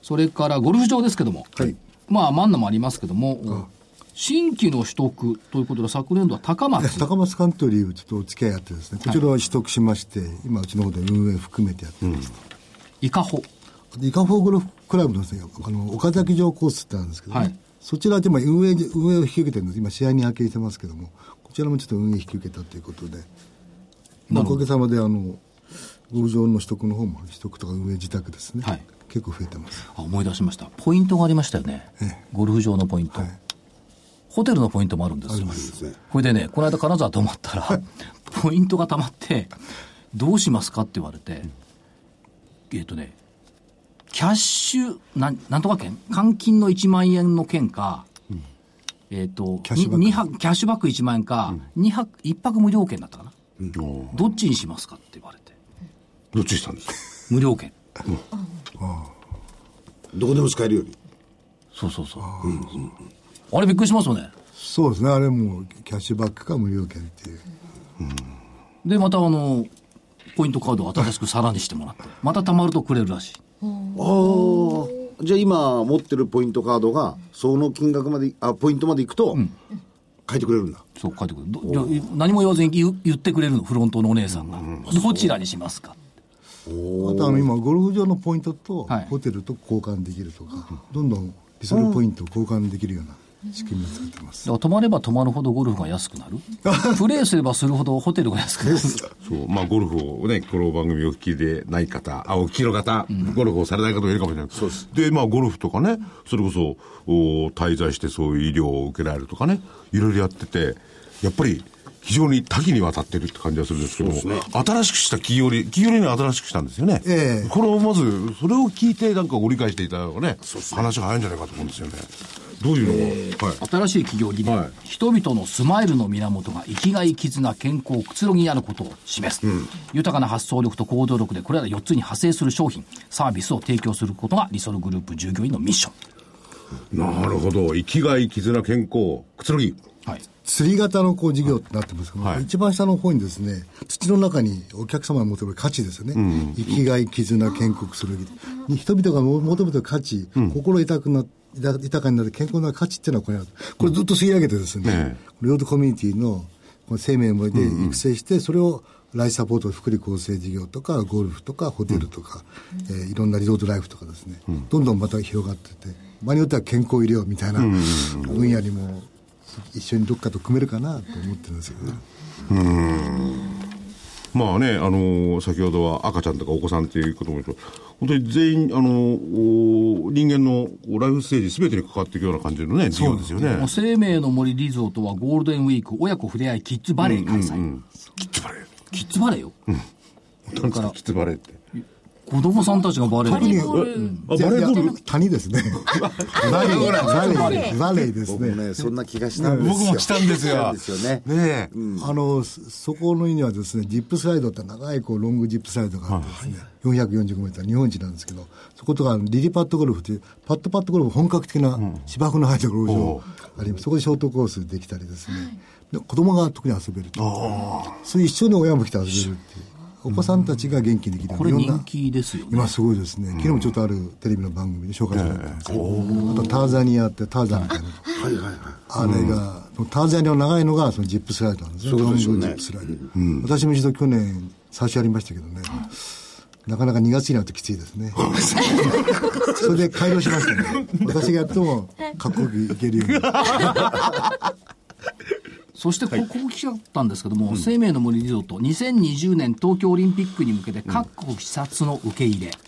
Speaker 1: それからゴルフ場ですけども、
Speaker 5: はい
Speaker 1: まあ、マンナもありますけども、新規の取得ということで、昨年度は高松、
Speaker 5: 高松カントリーをちょっとお付き合いやってですねこちらは取得しまして、今うちの方で運営含めてやってます、
Speaker 1: 伊香保、
Speaker 5: でイカフォーゴルフクラブのですねあの岡崎城コースってあるんですけど、ね
Speaker 1: はい
Speaker 5: そちらでも運営運営を引き受けてるんです今試合に派遣してますけどもこちらもちょっと運営引き受けたということで、まあ、おかげさまであのゴルフ場の取得の方も取得とか運営自宅ですね、
Speaker 1: はい
Speaker 5: 結構増えてます
Speaker 1: あ思い出しました、ポイントがありましたよね、ゴルフ場のポイント、
Speaker 5: はい
Speaker 1: ホテルのポイントもあるんですよ、
Speaker 3: ね
Speaker 1: これでね、この間、金沢泊まったら、ポイントがたまって、どうしますかって言われて、えっ、とね、キャッシュ、なんなんとか券、換金の1万円の券か、えっ、と
Speaker 5: キャッシュバック
Speaker 1: に二泊キャッシュバック1万円か、二泊1泊無料券だったかな。
Speaker 4: おー
Speaker 1: どっちにしますかって言われて。
Speaker 4: どっちにしたんですか
Speaker 1: 無料券。
Speaker 3: どこでも使えるように。
Speaker 1: そうそうそう。あれびっくりしますよね。
Speaker 5: そうですねあれもうキャッシュバックか無料券っていう
Speaker 1: で、またあの、ポイントカードを新しくさらにしてもらって、また貯まるとくれるらしい。
Speaker 3: ああ。じゃあ今持ってるポイントカードが、その金額まで、あ、ポイントまで行くと、書いてくれるんだ。
Speaker 1: そう書いてくる。どじゃあ何も言わずに言う言ってくれるの、フロントのお姉さんが。どちらにしますかって
Speaker 5: あとあの今ゴルフ場のポイントと
Speaker 1: はい
Speaker 5: ホテルと交換できるとか、どんどんリソルポイントを交換できるような仕組みを作ってます、
Speaker 1: だから泊まれば泊まるほどゴルフが安くなる。プレーすればするほどホテルが安くなる。
Speaker 4: そう、まあ、ゴルフをね、この番組をお聞きでない方、あ、お聞きの方、ゴルフをされない方もいるかもしれない。そうです。で、まあ、ゴルフとかね、それこそ、お滞在してそういう医療を受けられるとかね、いろいろやってて、やっぱり、非常に多岐にわたってるって感じがするんですけども、新しくした企業に、企業に新しくしたんですよね。
Speaker 5: ええ
Speaker 4: これをまず、それを聞いて、なんかご理解していただくね、話が早いんじゃないかと思うんですよね。どういうのが、はい。
Speaker 1: 新しい企業理念、
Speaker 4: はい
Speaker 1: 人々のスマイルの源が生きがい絆健康くつろぎにあることを示す、豊かな発想力と行動力でこれら4つに派生する商品サービスを提供することがリソルグループ従業員のミッション、
Speaker 4: なるほど。生きがい、絆、健康、くつろぎ。
Speaker 1: はい、
Speaker 5: 釣り型のこう事業ってなってますけど、
Speaker 4: はい
Speaker 5: 一番下の方にですね、土の中にお客様が求める価値ですよね。生きがい、絆、建国する。に人々が求めてる価値、心豊くな、豊豊かになる健康な価値っていうのはこれなんですこれずっと吸い上げてですね
Speaker 4: え、
Speaker 5: これヨードコミュニティのこの生命をで育成して、それをライフサポート、福利厚生事業とか、ゴルフとか、ホテルとか、えーいろんなリゾートライフとかですね、どんどんまた広がってて、場合によっては健康医療みたいな分野にも一緒にどっかと組めるかなと思ってるんですけどね。
Speaker 4: まあね、あのー先ほどは赤ちゃんとかお子さんっていうことも言いました本当に全員、あのーお人間のこうライフステージ全てに関わっていくような感じのね、事業ですよ
Speaker 1: もう
Speaker 4: ね。
Speaker 1: 生命の森リゾートはゴールデンウィーク親子ふれあいキッズバレー開催、
Speaker 4: キッズバレー。
Speaker 1: キッズバレーよ、
Speaker 4: キッズバレーって。
Speaker 1: い子供さんたちがバレーボール。
Speaker 2: ボール
Speaker 4: あ、バレーボール
Speaker 5: 谷ですね。バレー、バレー、バレーです
Speaker 3: 僕も
Speaker 5: ね。
Speaker 3: ね、そんな気がしたんですよ。
Speaker 4: 僕も来たんですよ
Speaker 3: 来たんですよね。
Speaker 4: ねえ。
Speaker 5: あの、そそこのにはですね、ジップスライドって長いこうロングジップスライドがあってですね、445メートル、日本一なんですけど、そことかリリパッドゴルフという、パッドパッドゴルフ本格的な芝生の入ったゴルフ場あります。そこでショートコースできたりですね、で子供が特に遊べると。そういう一緒に親も来て遊べるっていう。お子さんたちが元気にできる。
Speaker 1: これ
Speaker 5: いろんな
Speaker 1: 人気ですよね。
Speaker 5: 今すごいですね、昨日もちょっとあるテレビの番組で紹介されてたんですけど、あとターザニアってターザンみたいな、
Speaker 3: はいはいはい。
Speaker 5: あれが、ターザニアの長いのがそのジップスライドなんですね、
Speaker 3: そうでしょうね
Speaker 5: ロングジップスライド、私も一度去年、最初やりましたけどね、なかなか2月になるときついで
Speaker 3: [LAUGHS]
Speaker 5: すね、それで改良しましたね、私がやってもかっこよくいけるように、
Speaker 1: そしてこ、ここ来ちゃったんですけども、生命の森リゾート、2020年東京オリンピックに向けて各国視察の受け入れ。
Speaker 5: こ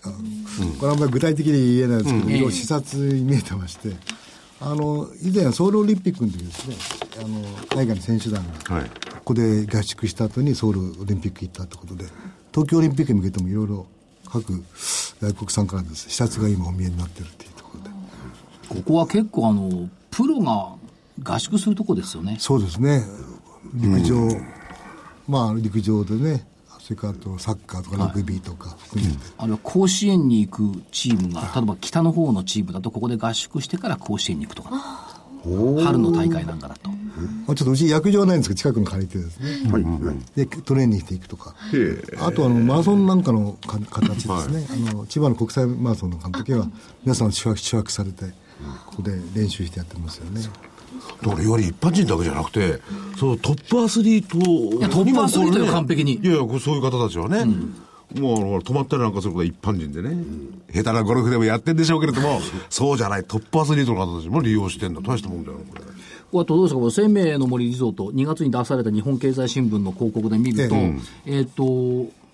Speaker 5: れはあんまり具体的に言えないですけど、
Speaker 1: ん
Speaker 5: 一応視察に見えてまして、あの以前、ソウルオリンピックの時ですね、あの海外の選手団が、
Speaker 4: はい
Speaker 5: ここで合宿した後にソウルオリンピック行ったってことで、東京オリンピックに向けてもいろいろ各外国さんからです、視察が今お見えになってるっていうところで。
Speaker 1: ここは結構あの、プロが合宿するとこですよね。
Speaker 5: そうですね、陸上、まあ陸上でね、それからあとサッカーとかラグビーとか含めて、
Speaker 1: あるいは甲子園に行くチームが、例えば北の方のチームだと、ここで合宿してから甲子園に行くとか、春の大会なんかだと。
Speaker 5: まあちょっとうち薬場ないんですけど、近くに借りてですね、
Speaker 3: はいはい。
Speaker 5: でトレーニングしていくとか、あとあのマラソンなんかのか形ですね、あの千葉の国際マラソンなんかの時は、皆さん宿泊宿泊されて、ここで練習してやってますよね。
Speaker 4: だからより一般人だけじゃなくて、そのトップアスリートを
Speaker 1: やトップアスリートよ完璧に
Speaker 4: いやいや、こうそういう方たちはね。もうあの止まったりなんかすることは一般人でね、下手なゴルフでもやってんでしょうけれども、そうじゃない、トップアスリートの方たちも利用してんだ、大したもんだよ、これ。
Speaker 1: ここはとどうですか、この生命の森リゾート、2月に出された日本経済新聞の広告で見ると、
Speaker 5: え
Speaker 1: えっ、と、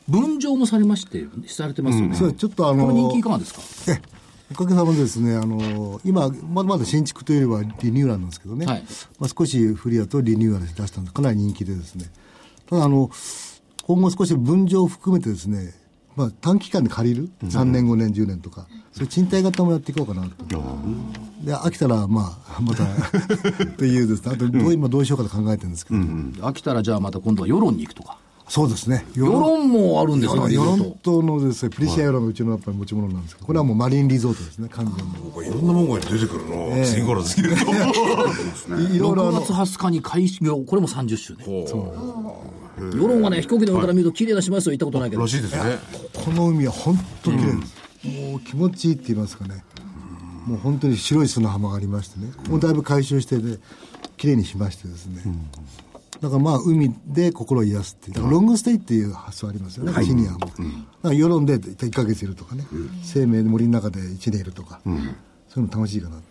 Speaker 1: 分譲もされまして、されてますよね。
Speaker 5: そうちょっとあの
Speaker 1: これ人気いかがですか
Speaker 5: ええおかげさまでですね、あの今、まだまだ新築というよりはリニューアルなんですけどね、
Speaker 1: はい
Speaker 5: まあ、少しフリアとリニューアルして出したんで、かなり人気でですね、ただあの、今後少し分譲を含めてですね、まあ、短期間で借りる、3年、5年、10年とか、それ賃貸型もやっていこうかなと。で飽きたら、まあ、 [LAUGHS] またというですね、あとどう今どうしようかと考えてるんですけど、
Speaker 1: 飽きたらじゃあまた今度は世論に行くとか。
Speaker 5: そうですね、世
Speaker 1: 世論もあるんですか
Speaker 5: 世
Speaker 1: リゾ
Speaker 5: 論
Speaker 1: ート
Speaker 5: 島のです、ね、プリシア世論がうちのやっぱり持ち物なんですけど、これはもうマリンリゾートですね、完全に。
Speaker 4: いろんなもんが出てくるな、次から次へと。
Speaker 5: いいろいろあ
Speaker 1: 6
Speaker 5: の
Speaker 1: 月20日に開始業、これも30周年。世論はね、飛行機乗るから見ると綺麗な島ですよ、行ったことないけど
Speaker 4: [LAUGHS] ら。しいですね。
Speaker 5: この海は本当に綺麗です、もう気持ちいいって言いますかね、もう本当に白い砂浜がありましてね、ここもだいぶ回収してで、綺麗にしましてですね、だからまあ、海で心を癒すっていう、だからロングステイっていう発想ありますよね、シニアも。だから世論で1ヶ月いるとかね、生命の森の中で1年いるとか。そういうの楽しいかなと。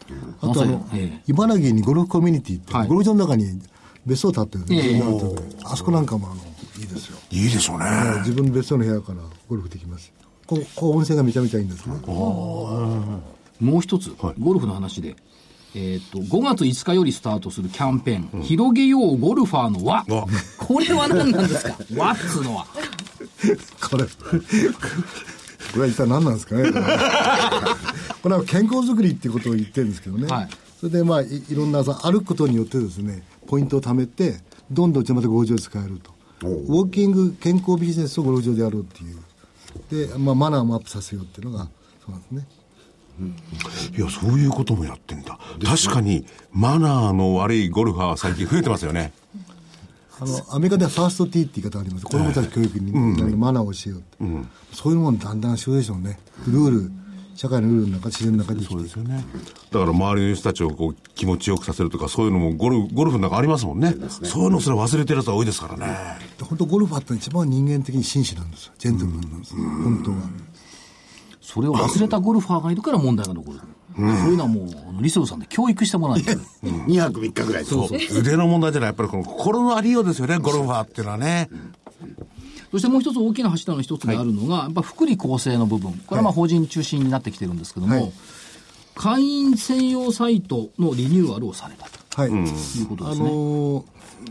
Speaker 5: あとあ
Speaker 1: ま
Speaker 5: の
Speaker 1: さにええ、
Speaker 5: 茨城にゴルフコミュニティって、
Speaker 1: はい
Speaker 5: ゴルフ場の中に別荘建ってるんです
Speaker 1: ええ
Speaker 5: よゴルフ場ってあそこなんかもあの、いいですよ。
Speaker 4: いいでしょうね。
Speaker 5: 自分の別荘の部屋からゴルフできますこここ温泉がめちゃめちゃいいんですね
Speaker 1: もう一つ、ゴルフの話で、えーっと、5月5日よりスタートするキャンペーン、広げようゴルファーの輪。
Speaker 4: あ
Speaker 1: これは何なんです [LAUGHS] か輪っつうのは。
Speaker 5: これこれは一体何なんですかねこれ [LAUGHS] これは健康づくりっていうことを言ってるんですけどね、
Speaker 1: はい
Speaker 5: それでまあいいろんなさ歩くことによってですねポイントを貯めてどんどんうちのまたゴルフ場で使えるとウォーキング健康ビジネスをゴルフ場でやろうっていうで、まあ、マナーもアップさせようっていうのがそうなんですね
Speaker 4: いや、そういうこともやってんだ。確かに、マナーの悪いゴルファーは最近増えてますよね。
Speaker 5: あのアメリカではファーストティーって言い方あります子供たち教育に、マナーを教えようって、そういうものだんだん必要でしょうねルール社会のルールの中自然の中で生きていく
Speaker 4: よね。だから周りの人たちをこう気持ちよくさせるとか、そういうのもゴルフゴルフの中ありますもんね。そういうのすら忘れてるやつは多いですからね。
Speaker 5: 本当ゴルファーって一番人間的に紳士なんですよジェントルマンなんです、本当は
Speaker 1: それを忘れたゴルファーがいるから問題が残る。そういうのはもう、あのリソルさんで教育してもらわないと。
Speaker 3: 2泊3日ぐらいです。
Speaker 4: 腕の問題じゃない、やっぱりこの心のありようですよね、ゴルファーっていうのはね。
Speaker 1: そしてもう一つ大きな柱の一つであるのが、やっぱ福利厚生の部分。これはまあ法人中心になってきてるんですけども、
Speaker 5: はい
Speaker 1: 会員専用サイトのリニューアルをされたと
Speaker 5: はい、
Speaker 1: いうこと
Speaker 5: あ
Speaker 1: ですね。
Speaker 5: のー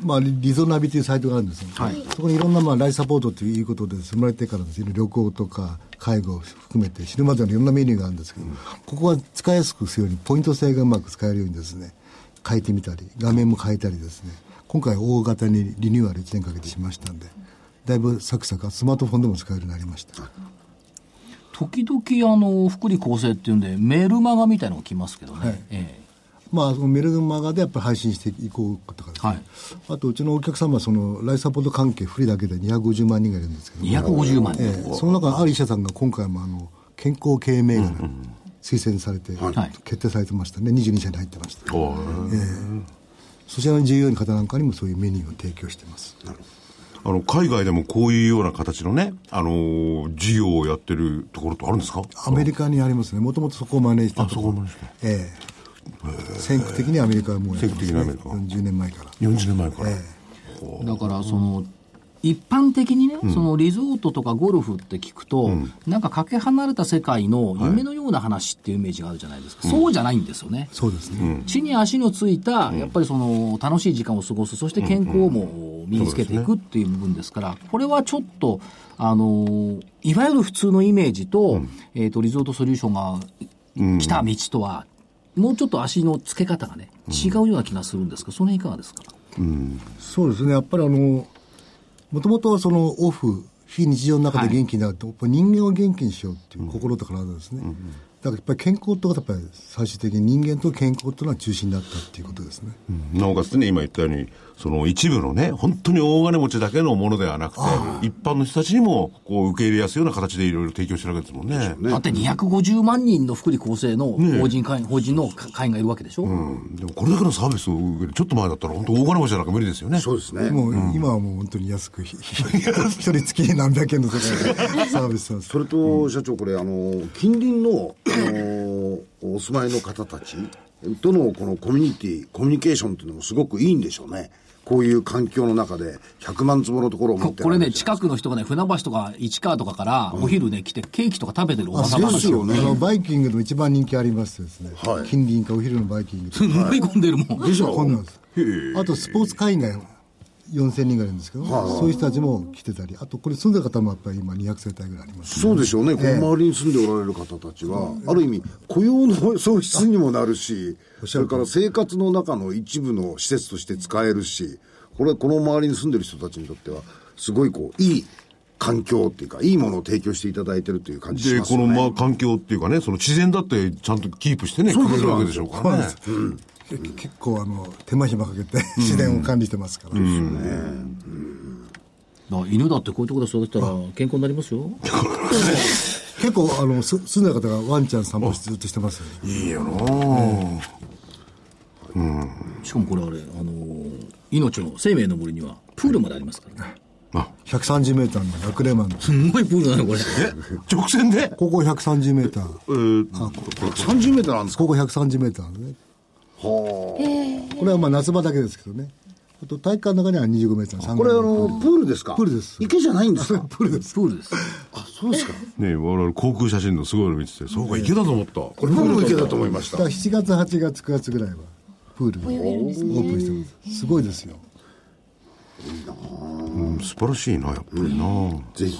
Speaker 5: まあ、リゾナビというサイトがあるんですよ、そこにいろんな、まあ、ライフサポートということで、生まれてからですね、旅行とか介護を含めて、死ぬまでのいろんなメニューがあるんですけど、ここは使いやすくするように、ポイント制がうまく使えるようにですね、変えてみたり、画面も変えたりですね、今回大型にリニューアル1年かけてしましたんで、だいぶサクサク、スマートフォンでも使えるようになりました。
Speaker 1: 時々あの福利厚生っていうんでメルマガみたいなのが来ますけどね、
Speaker 5: はい
Speaker 1: え
Speaker 5: まあ、そのメルマガでやっぱり配信していこうとかですね、
Speaker 1: はい
Speaker 5: あとうちのお客様はそのライフサポート関係不利だけで250万人がいるんですけ
Speaker 1: え
Speaker 5: ど、
Speaker 1: 250万人、
Speaker 5: ええその中のある医者さんが今回もあの健康経営銘柄に推薦されて、
Speaker 1: はい
Speaker 5: 決定されてましたね22社に入ってました、
Speaker 4: おー
Speaker 5: ええそちらの従業員の方なんかにもそういうメニューを提供してます
Speaker 4: あの海外でもこういうような形のね、あのー事業をやってるところってあるんですか
Speaker 5: アメリカにありますねもともとそこをマネーした
Speaker 4: あそこをマネーして
Speaker 5: ええ先駆的にアメリカはもうやってます、ね、
Speaker 4: 先駆的にアメ
Speaker 5: 40年前から
Speaker 4: 40年前から、
Speaker 1: だからその一般的にね、そのリゾートとかゴルフって聞くと、なんかかけ離れた世界の夢のような話っていうイメージがあるじゃないですか、そうじゃないんですよね、
Speaker 5: そうですね、
Speaker 1: 地に足のついた、やっぱりその楽しい時間を過ごす、そして健康も身につけていくっていう部分ですから、これはちょっと、あのー、いわゆる普通のイメージと、えっ、と、リゾートソリューションが来た道とは、もうちょっと足の付け方がね、違うような気がするんですけど、その辺いかがですか
Speaker 5: そうですね、やっぱりあの、もともとはそのオフ、非日常の中で元気になると、やっぱ人間を元気にしようっていう心と体ですね。だからやっぱり健康ってことはやっぱり最終的に人間と健康っていうのは中心だったっていうことですね。
Speaker 4: なおかつね、今言ったように、その一部のね、本当に大金持ちだけのものではなくて、一般の人たちにもこう受け入れやすいような形でいろいろ提供してるわけですもんね。
Speaker 1: だって250万人の福利厚生の法人会員、法人の会員がいるわけでしょ、
Speaker 4: うんでもこれだけのサービスを受ける、ちょっと前だったら、本当大金持ちじゃなんか無理ですよね。
Speaker 3: そうですね。
Speaker 5: もう今はもう本当に安く、ひ一人月に何百円の世界
Speaker 3: [LAUGHS]
Speaker 5: でサービスなんです
Speaker 3: それと、社長、これ、あの、近隣の、あの、お住まいの方たちとの、このコミュニティ、コミュニケーションっていうのもすごくいいんでしょうね。こういう環境の中で、100万坪のところを持
Speaker 1: こ
Speaker 3: って
Speaker 1: これね、
Speaker 3: く。
Speaker 1: 近くの人がね、船橋とか市川とかからお昼ね、来てケーキとか食べてるおばさん
Speaker 3: あ
Speaker 1: が
Speaker 3: そうですよ
Speaker 5: あ
Speaker 3: ね
Speaker 5: のバイキングでも一番人気ありましてですね、
Speaker 3: はい
Speaker 5: 近隣かお昼のバイキングとか
Speaker 1: 乗り込んでるもん。
Speaker 3: でしょ
Speaker 5: こんなんですあとスポーツ会員が4000人ぐらいいるんですけど、そういう人たちも来てたりあとこれ住んでる方もやっぱり今200世帯ぐらいあります
Speaker 3: そうでしょうね、この周りに住んでおられる方たちは、ある意味、雇用の創出にもなるし、それから生活の中の一部の施設として使えるし、これ、この周りに住んでる人たちにとっては、すごいこう、いい環境っていうか、いいものを提供していただいてるという感じし
Speaker 4: で、
Speaker 3: ます
Speaker 4: こ
Speaker 3: よ
Speaker 4: の
Speaker 3: ね。
Speaker 4: まあ環境っていうかね、その自然だってちゃんとキープしてね、くれるわけでしょうからね。
Speaker 5: け結構あの手間暇かけて自然を管理してますから、
Speaker 1: だから犬だってこういうところで育てたら健康になりますよ。
Speaker 5: 結構あのす住んでる方がワンちゃん散歩ずっとしてますよね
Speaker 4: いいよなぁ
Speaker 1: しかもこれあれ、あのー命の生命の森にはプールまでありますからね。
Speaker 5: 130メーターのラクレマン
Speaker 1: すんごいプールなのこれ。
Speaker 4: [LAUGHS] 直線で、
Speaker 5: ここ130メーター
Speaker 4: えー
Speaker 3: 30メートルなんですか
Speaker 5: ここ130メーターねこれはまあ夏場だけですけどねあと体育館の中には25メーター
Speaker 3: これ、あの、プールですか
Speaker 5: プールです
Speaker 3: 池じゃないん [LAUGHS] ですか
Speaker 5: プールです
Speaker 1: プールです。
Speaker 3: あ、そうですか。
Speaker 4: ね我々航空写真のすごいの見てて、そうか、池だと思った。
Speaker 3: これ、プールの池だと思いまし
Speaker 5: だ
Speaker 3: た
Speaker 5: か。ら7月8月9月ぐらいはプールがオープンしてますすごいですよ
Speaker 4: うん素晴らしいな、やっぱりなぁ
Speaker 3: ぜひ、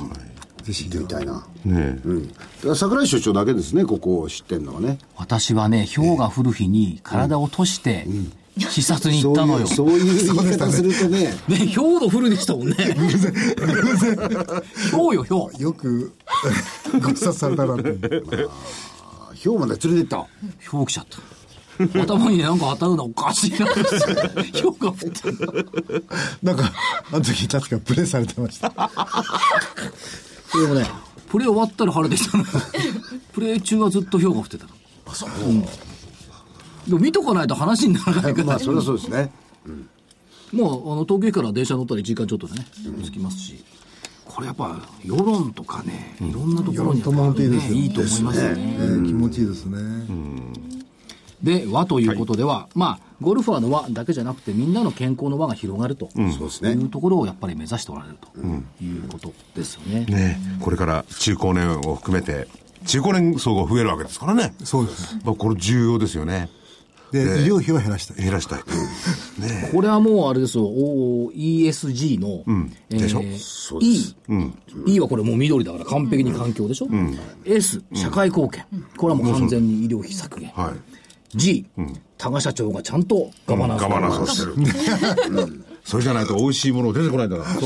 Speaker 5: ぜひ
Speaker 3: 行ってみたいな。
Speaker 4: ねえ
Speaker 3: うん。だから桜井所長だけですね、ここを知ってんのはね。
Speaker 1: 私はね、氷が降る日に体をとして、視察に行ったのよ。
Speaker 3: そういうそういう言い方するとね、
Speaker 1: ね、氷の降るでしたもんね。氷よ、氷。
Speaker 5: よく [LAUGHS] ご視察されたなって
Speaker 3: ヒョウまで連れてった。
Speaker 1: 氷来ちゃった。頭になんか当たるのおかしいな。氷が降ってる。
Speaker 5: なんかあの時確かプレーされてました
Speaker 1: でもね、プレー終わったら晴れでしたのよプレー中はずっと氷が降ってたの。うんでも見とかないと話にならないから、
Speaker 3: まあ、それはそうですね。
Speaker 1: もうあの東京駅から電車乗ったら1時間ちょっとでね、着きますし、これやっぱ世論とかね、いろんなところに、
Speaker 5: 世論とも本当にいいですよ
Speaker 1: ねいいと思いますよね。
Speaker 5: えー気持ちいいですね、
Speaker 1: で、和ということでは、まあ、ゴルファーの和だけじゃなくて、みんなの健康の和が広がると、
Speaker 3: そうですね
Speaker 1: いうところをやっぱり目指しておられると、いうことですよね。
Speaker 4: ねえこれから中高年を含めて、中高年層が増えるわけですからね。
Speaker 5: そうです
Speaker 4: まあ、これ重要ですよね。
Speaker 5: で、医療費は減らしたい。
Speaker 4: 減らしたい。ね
Speaker 1: これはもうあれですよ、お ESG の、えー
Speaker 4: でしょ
Speaker 1: E、E はこれもう緑だから完璧に環境でしょ、S、社会貢献、これはもう完全に医療費削減、
Speaker 4: えはい。
Speaker 1: G、多賀社長がちゃんとガバナンス
Speaker 4: ガバナンスをしてる。それじゃないと美味しいもの出てこないんだから。そ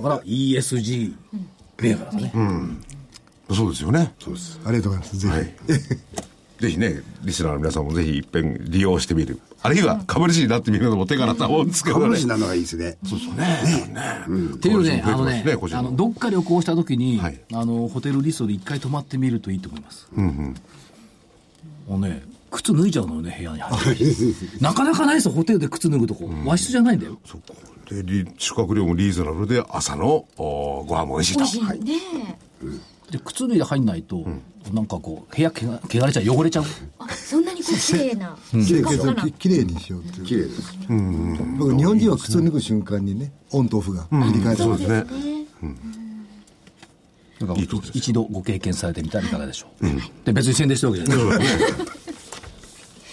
Speaker 1: だから ESG 銘柄だね、
Speaker 4: うですよね。そうです。
Speaker 5: ありがとうございます。ぜひ。
Speaker 4: はい。ぜひね、リスナーの皆さんもぜひ一遍利用してみる。あるいは株主になってみるのも手柄だもんですけどね。
Speaker 3: 株主なのがいいですね。
Speaker 1: っていうね、あのね
Speaker 4: 個、人
Speaker 1: あ
Speaker 4: も
Speaker 1: のどっか旅行した時に、
Speaker 4: はい
Speaker 1: あのホテルリストで一回泊まってみるといいと思います。もうね、靴脱いじゃうのよね、部屋に入
Speaker 4: [LAUGHS]
Speaker 1: って。なかなかないですよ、ホテルで靴脱ぐとこ。和室じゃないんだよ。
Speaker 4: そこで、リ宿泊料もリーズナブルで朝のおーご飯も美味しい
Speaker 2: 美
Speaker 4: と。
Speaker 2: 味しい
Speaker 4: はい。
Speaker 2: ね、
Speaker 1: で、靴脱いで入んないと、なんかこう、部屋けが汚れちゃう、汚れちゃう。
Speaker 2: あそんなにこう綺麗な、
Speaker 5: きれい
Speaker 2: 真っ赤な
Speaker 5: ききれいにしようっていう。
Speaker 3: 綺麗です。
Speaker 5: 僕、日本人は靴を脱ぐ瞬間にね、オンとオフが切り替えた
Speaker 4: そう
Speaker 5: の
Speaker 4: で
Speaker 5: で、
Speaker 4: すね。
Speaker 1: なんか
Speaker 4: いいとこです
Speaker 1: 一度ご経験されてみたらいかがでしょう。で、別に宣伝してるわけじゃない。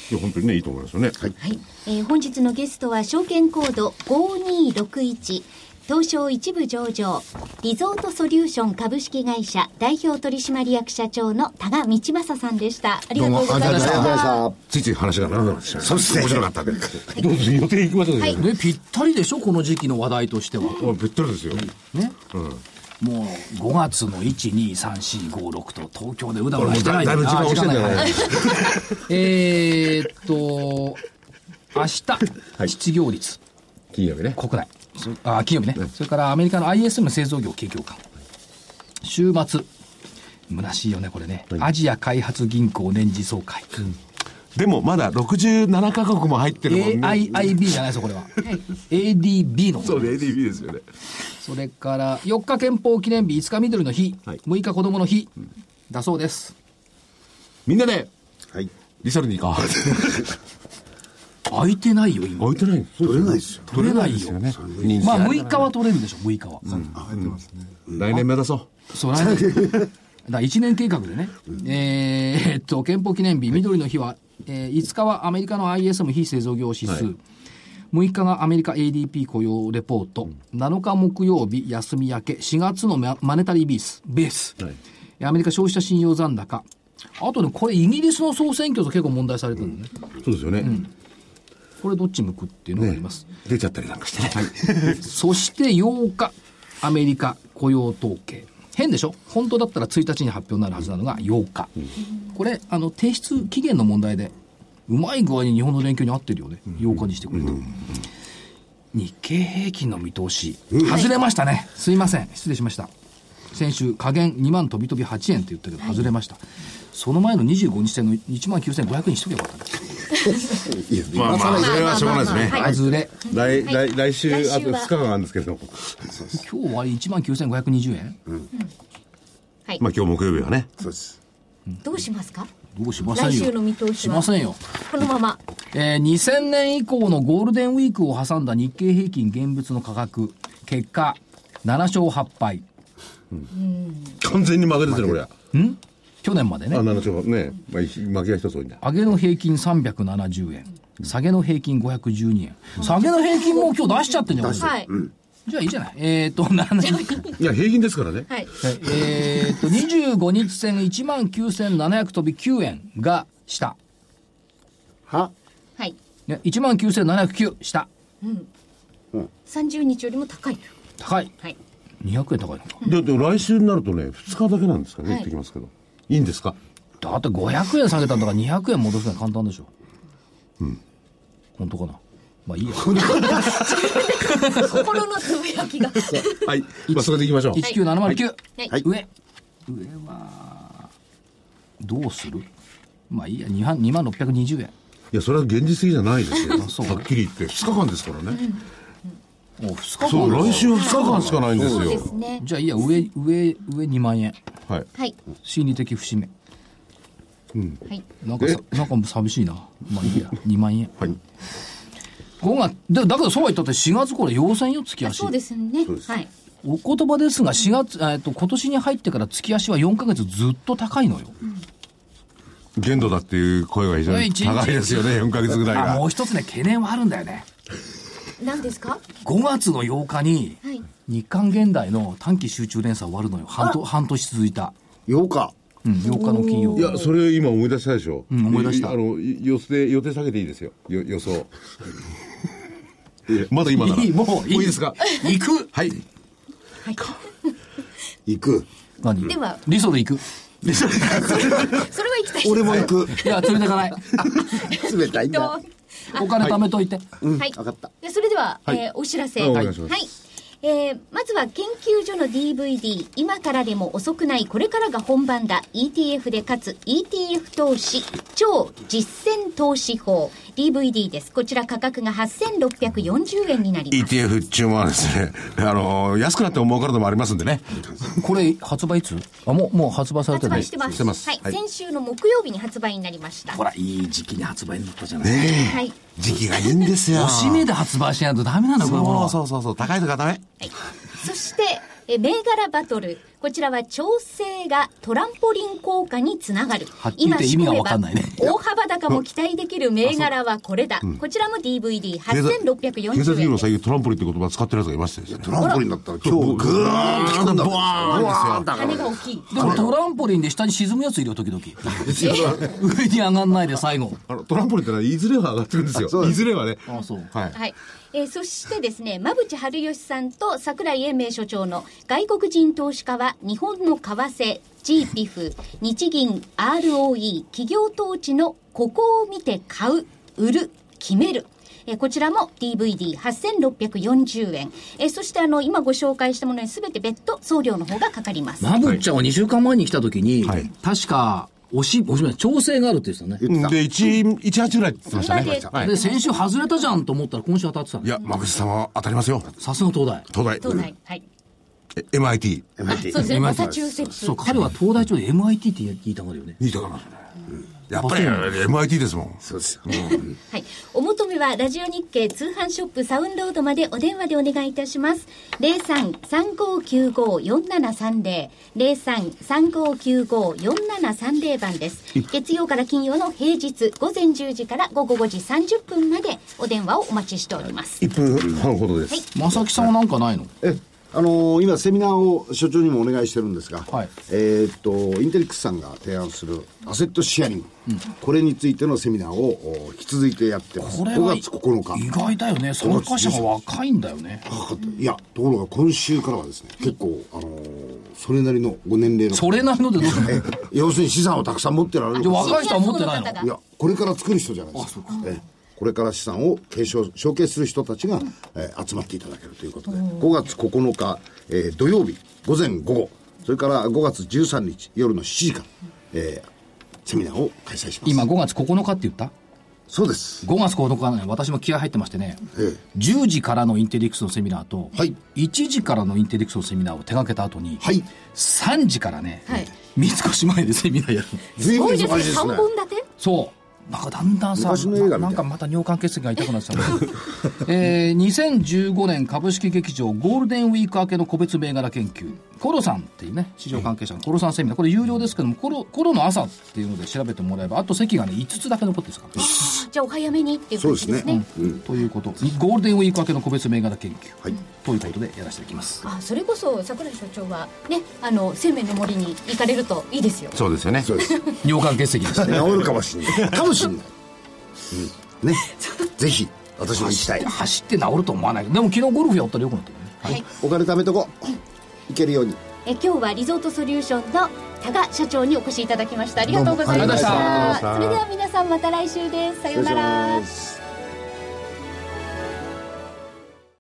Speaker 4: いや本当にね、いいと思いますよね。はい。
Speaker 2: はい、えー本日のゲストは証券コード5261東証一部上場リゾートソリューション株式会社代表取締役社長の多賀道正さんでしたありがとうございま
Speaker 3: ありが
Speaker 2: し
Speaker 3: とうございましたた。
Speaker 4: ついつい話が長くなってしまいました。そうですね。面白かったんで。どうぞ予定行きましょう。
Speaker 2: はい
Speaker 1: ね、ぴったりでしょ、この時期の話題としては。
Speaker 4: あぴったりですよ。
Speaker 1: ね。もう5月の123456と東京でうだうだしてない
Speaker 4: だいぶ時間
Speaker 1: あー
Speaker 4: 押してんじゃない
Speaker 1: 時間えーっと、明日、失業率、
Speaker 4: 金曜日ね。
Speaker 1: 国内、そあ金曜日ね、それからアメリカの ISM 製造業景況感、週末、虚しいよね、これね、アジア開発銀行年次総会、
Speaker 4: でもまだ67カ国も入ってるもんね。
Speaker 1: AIIB じゃないですよ、これは、ADB の
Speaker 4: そうね、ADB ですよね。
Speaker 1: それから4日憲法記念日、5日緑の日、
Speaker 4: はい
Speaker 1: 6日子供の日、だそうです。
Speaker 4: みんなで、
Speaker 3: はい。
Speaker 4: リサルに行こ
Speaker 1: 空いてないよ、
Speaker 4: [LAUGHS] う。
Speaker 1: 今。
Speaker 4: 置いてない
Speaker 3: 取れないですよ。
Speaker 1: 取れないよ。
Speaker 4: ね。
Speaker 1: まあ、6日は取れるでしょ、6日は。
Speaker 5: 入ってますね。
Speaker 4: 来年目指そう。
Speaker 1: そらね。だ1年計画でね、えーっと、憲法記念日、緑の日は、えー5日はアメリカの ISM 非製造業指数、6日がアメリカ ADP 雇用レポート、7日木曜日休み明け、4月のママネタリーベース、ベース、
Speaker 4: はい
Speaker 1: アメリカ消費者信用残高、あとね、これイギリスの総選挙と結構問題されてるのね、
Speaker 4: そうですよね。
Speaker 1: これどっち向くっていうのがあります。
Speaker 4: 出ちゃったりなんかしてね。
Speaker 1: [LAUGHS] そして8日、アメリカ雇用統計。変でしょ本当だったら1日に発表になるはずなのが8日。これ、あの、提出期限の問題で、うまい具合に日本の連休に合ってるよね。8日にしてくれた。日経平均の見通し、外れましたね。すいません。失礼しました。先週、加減2万飛び飛び8円って言ったけど、外れました。その前の25日線の1万9500円しとけばよかったね。
Speaker 4: まあまあ、それはしょうがないですね。
Speaker 2: はい
Speaker 1: 外れ。
Speaker 4: 来、来、来週、
Speaker 2: 来週は
Speaker 4: あと2日間あるんですけれども。
Speaker 1: 今日は1万9520円
Speaker 2: はい
Speaker 4: まあ今日木曜日はね。
Speaker 3: そうです。
Speaker 2: どうしますか
Speaker 1: どうしませんよ。
Speaker 2: 来週の見通しは
Speaker 1: しませんよ。
Speaker 2: このまま
Speaker 1: えー2000年以降のゴールデンウィークを挟んだ日経平均現物の価格、結果、7勝8敗。
Speaker 4: 完全に負けですね、これは。
Speaker 1: 去年まで
Speaker 4: あ、
Speaker 1: ね。
Speaker 4: 7勝ね。まあ、ひ負けが一つ多いんだ。
Speaker 1: 上げの平均370円。下げの平均512円。下げの平均も今日出しちゃってんじゃん。
Speaker 2: はい、
Speaker 1: じゃあいいじゃない。えっ、ー、と、7
Speaker 4: いや、平均ですからね。
Speaker 2: はい、
Speaker 1: えっと、25日線1万9700飛び9円が下。
Speaker 3: は
Speaker 2: はい、
Speaker 1: ね、1万9709下。
Speaker 2: 30日よりも高いと
Speaker 1: 高い。
Speaker 2: はい
Speaker 1: 200円高いのか。
Speaker 4: だって来週になるとね、2日だけなんですからね、
Speaker 2: はい
Speaker 4: 言ってきますけど。いいんですか
Speaker 1: だって500円下げたんだから200円戻すのは簡単でしょうん本当かなまあいいや
Speaker 2: 心のつぶやき [LAUGHS] が
Speaker 4: はい。まあ、それで行きましょう。
Speaker 1: 19709、
Speaker 2: はい
Speaker 1: 上上はどうするまあいいや2万2万620円
Speaker 4: いや、それは現実的じゃない [LAUGHS] ですよ。は
Speaker 1: そう
Speaker 4: っきり言って、2日間ですからね。
Speaker 1: お2日間
Speaker 4: そう、来週は2日間しかないんです
Speaker 2: そうで
Speaker 4: よ
Speaker 2: す。ね
Speaker 1: じゃあいいや上上上2万円
Speaker 4: はい。
Speaker 2: はい
Speaker 1: 心理的節目
Speaker 2: はい
Speaker 1: なんかさなんかもう寂しいなまあいいや2万円
Speaker 4: はい。
Speaker 1: 5月でだけどそうは言ったって4月これ要線よ月
Speaker 2: あ
Speaker 1: 足
Speaker 2: そうですねはい
Speaker 1: お言葉ですが4月、えっと今年に入ってから月足は4ヶ月ずっと高いのよ、
Speaker 4: 限度だっていう声が非常に高いですよね、4ヶ月ぐらい
Speaker 1: あ
Speaker 4: が
Speaker 1: もう。一つね、懸念はあるんだよね。
Speaker 2: 何ですか
Speaker 1: 5月の8日に、
Speaker 2: はい
Speaker 1: 日韓現代の短期集中連鎖終わるのよ。半と半年続いた。
Speaker 3: 8日。
Speaker 1: うん、8日の金曜
Speaker 4: いや、それ今思い出したでしょ。
Speaker 1: うん思い出した
Speaker 4: あの、い予定、予定下げていいですよ。よ予想。まだ今なら。
Speaker 1: いい、もういい。
Speaker 4: いですか
Speaker 1: 行く
Speaker 4: はい。
Speaker 3: 行く。
Speaker 1: 何
Speaker 2: では
Speaker 1: 理想で行く。
Speaker 2: それは行きたい
Speaker 3: 俺も行く。
Speaker 1: いや、連れてか
Speaker 2: [LAUGHS]
Speaker 1: ない。
Speaker 3: 冷たいん
Speaker 2: と
Speaker 3: だ。
Speaker 1: お金貯めといて。
Speaker 2: はい。
Speaker 3: わかった
Speaker 2: でそれでは、
Speaker 4: はい
Speaker 2: えーお知らせ。
Speaker 4: あお願いします
Speaker 2: はい。えーまずは研究所の DVD、今からでも遅くない、これからが本番だ、ETF でかつ ETF 投資、超実践投資法、DVD です。こちら価格が8640円になります。
Speaker 4: ETF 注文はですね、あの、安くなっても儲かるのもありますんでね。
Speaker 1: これ、発売いつあ、もう、もう発売されて
Speaker 2: 発
Speaker 1: る
Speaker 2: 売してます。
Speaker 4: してます
Speaker 2: はい。
Speaker 4: はい
Speaker 2: 先週の木曜日に発売になりました。
Speaker 1: ほら、いい時期に発売になったじゃない。
Speaker 4: ね
Speaker 2: はい。
Speaker 4: え。時期がいいんですよ。
Speaker 1: おしめで発売しないとダメなんだよ、これも
Speaker 4: そう
Speaker 1: の。
Speaker 4: そうそうそう、高いとかダメ。
Speaker 2: はい、そしてえ銘柄バトルこちらは調整がトランポリン効果につながる
Speaker 1: はっきり言って意味がわかんないね
Speaker 2: 絞れば大幅高も期待できる銘柄はこれだ、こちらも DVD8640
Speaker 4: 警察業
Speaker 2: 円
Speaker 4: の
Speaker 2: で
Speaker 4: 最近トランポリンって言葉使ってるやつがいましてですね。
Speaker 3: トランポリンだったら今日グーン効くんだもん。
Speaker 4: ーンですよ
Speaker 2: 羽が大きい
Speaker 1: でもトランポリンで下に沈むやついるよ、時
Speaker 4: [LAUGHS]
Speaker 1: 々。上に上がんないで最後。
Speaker 4: あのトランポリンってのはいずれは上がってくるんですよ。いずれはね。
Speaker 1: あそう
Speaker 4: はい。
Speaker 2: はいえーそしてですね馬淵春吉さんと櫻井英明所長の外国人投資家は日本の為替 GPIF 日銀 ROE 企業統治のここを見て買う売る決めるえーこちらも DVD8640 円。えーそしてあの、今ご紹介したものに全て別途送料の方がかかります。
Speaker 1: まぶっちゃんは2週間前に来た時に、
Speaker 4: はい
Speaker 1: 確か、おし、おしめ、調整があるって言ってたね。
Speaker 3: 言って
Speaker 4: で、1、一八ぐらいって言ってました
Speaker 2: 今
Speaker 4: ね
Speaker 2: で。
Speaker 4: はい
Speaker 1: で、先週外れたじゃんと思ったら今週当たってた
Speaker 4: い
Speaker 1: ね。
Speaker 4: や、馬口さんは当たりますよ。
Speaker 1: さすが東大。
Speaker 4: 東大。
Speaker 2: 東大。はい。
Speaker 4: え MIT。
Speaker 3: た。
Speaker 2: そうですね。
Speaker 1: MIT
Speaker 2: マサチューセッツ
Speaker 1: そう、。彼は東大長で MIT って言いたがるよね。
Speaker 4: いいとこなんですね。やっぱり MIT ですもん。
Speaker 3: そうですよ。
Speaker 2: はい。お求めは、ラジオ日経通販ショップサウンロードまでお電話でお願いいたします。03-3595-4730。03-3595-4730番です。月曜から金曜の平日、午前10時から午後5時30分までお電話をお待ちしております。
Speaker 4: 1分半ほどです。
Speaker 1: まさきさんはなんかないの
Speaker 3: えあのー今セミナーを所長にもお願いしてるんですが、
Speaker 1: はい
Speaker 3: えーっとインテリックスさんが提案するアセットシェアリング、これについてのセミナーをお引き続いてやってます
Speaker 1: これ
Speaker 3: 5
Speaker 1: は
Speaker 3: 月9日
Speaker 1: 意外だよね。参加者が若いんだよね。
Speaker 3: 高かったいやところが今週からはですね結構、あのーそれなりのご年齢の
Speaker 1: それなりのでどうするの
Speaker 3: 要するに資産をたくさん持ってられる
Speaker 1: じゃあ若い人は持って
Speaker 2: シ
Speaker 1: ない
Speaker 2: ニア層
Speaker 1: の
Speaker 2: 方が
Speaker 3: いやこれから作る人じゃないですかええこれから資産を継承承継する人たちが、えー集まっていただけるということで5月9日、えー土曜日午前午後それから5月13日夜の7時から、えーセミナーを開催します
Speaker 1: 今5月9日って言った
Speaker 3: そうです
Speaker 1: 5月9日ね、私も気合入ってましてね、
Speaker 3: え
Speaker 1: 10時からのインテリックスのセミナーと、
Speaker 3: はい
Speaker 1: 1時からのインテリックスのセミナーを手掛けた後に、
Speaker 3: はい
Speaker 1: 3時からね、
Speaker 2: はい
Speaker 1: 三越前でセミナーやるの
Speaker 3: 随
Speaker 2: すご
Speaker 3: 分
Speaker 2: いです
Speaker 3: 忙
Speaker 2: ね。
Speaker 3: しいですね
Speaker 2: 3本立て
Speaker 1: そうなんかだんだんさ
Speaker 3: 昔の映画みた
Speaker 1: ないなんかまた尿管結石が痛くなってたのえー、2015年株式劇場ゴールデンウィーク明けの個別銘柄研究コロさんっていうね市場関係者のコロさんセミナーこれ有料ですけどもコロコロの朝っていうので調べてもらえばあと席がね5つだけ残ってるんですから
Speaker 2: じゃあお早めにっていう感じですね。
Speaker 1: ということゴールデンウィーク明けの個別銘柄研究、
Speaker 3: はい
Speaker 1: ということでやらせていきます
Speaker 2: あそれこそ桜井所長はねあの生命の森に行かれるといいですよ
Speaker 4: そうですよね。
Speaker 3: そうです
Speaker 1: 尿管結石ですね
Speaker 3: 治るかもしれ
Speaker 2: [LAUGHS]
Speaker 3: ないかもしれない、うん、ねぜひ私も行きたい
Speaker 1: 走って治ると思わないけどでも昨日ゴルフやったらよくなったよね
Speaker 2: はい
Speaker 3: お金貯めとこう行けるように
Speaker 2: え今日はリゾートソリューションの多賀社長にお越しいただきましたありがとうございまし
Speaker 1: どうもあ
Speaker 2: たそれでは皆さんまた来週ですさようなら
Speaker 3: 失礼します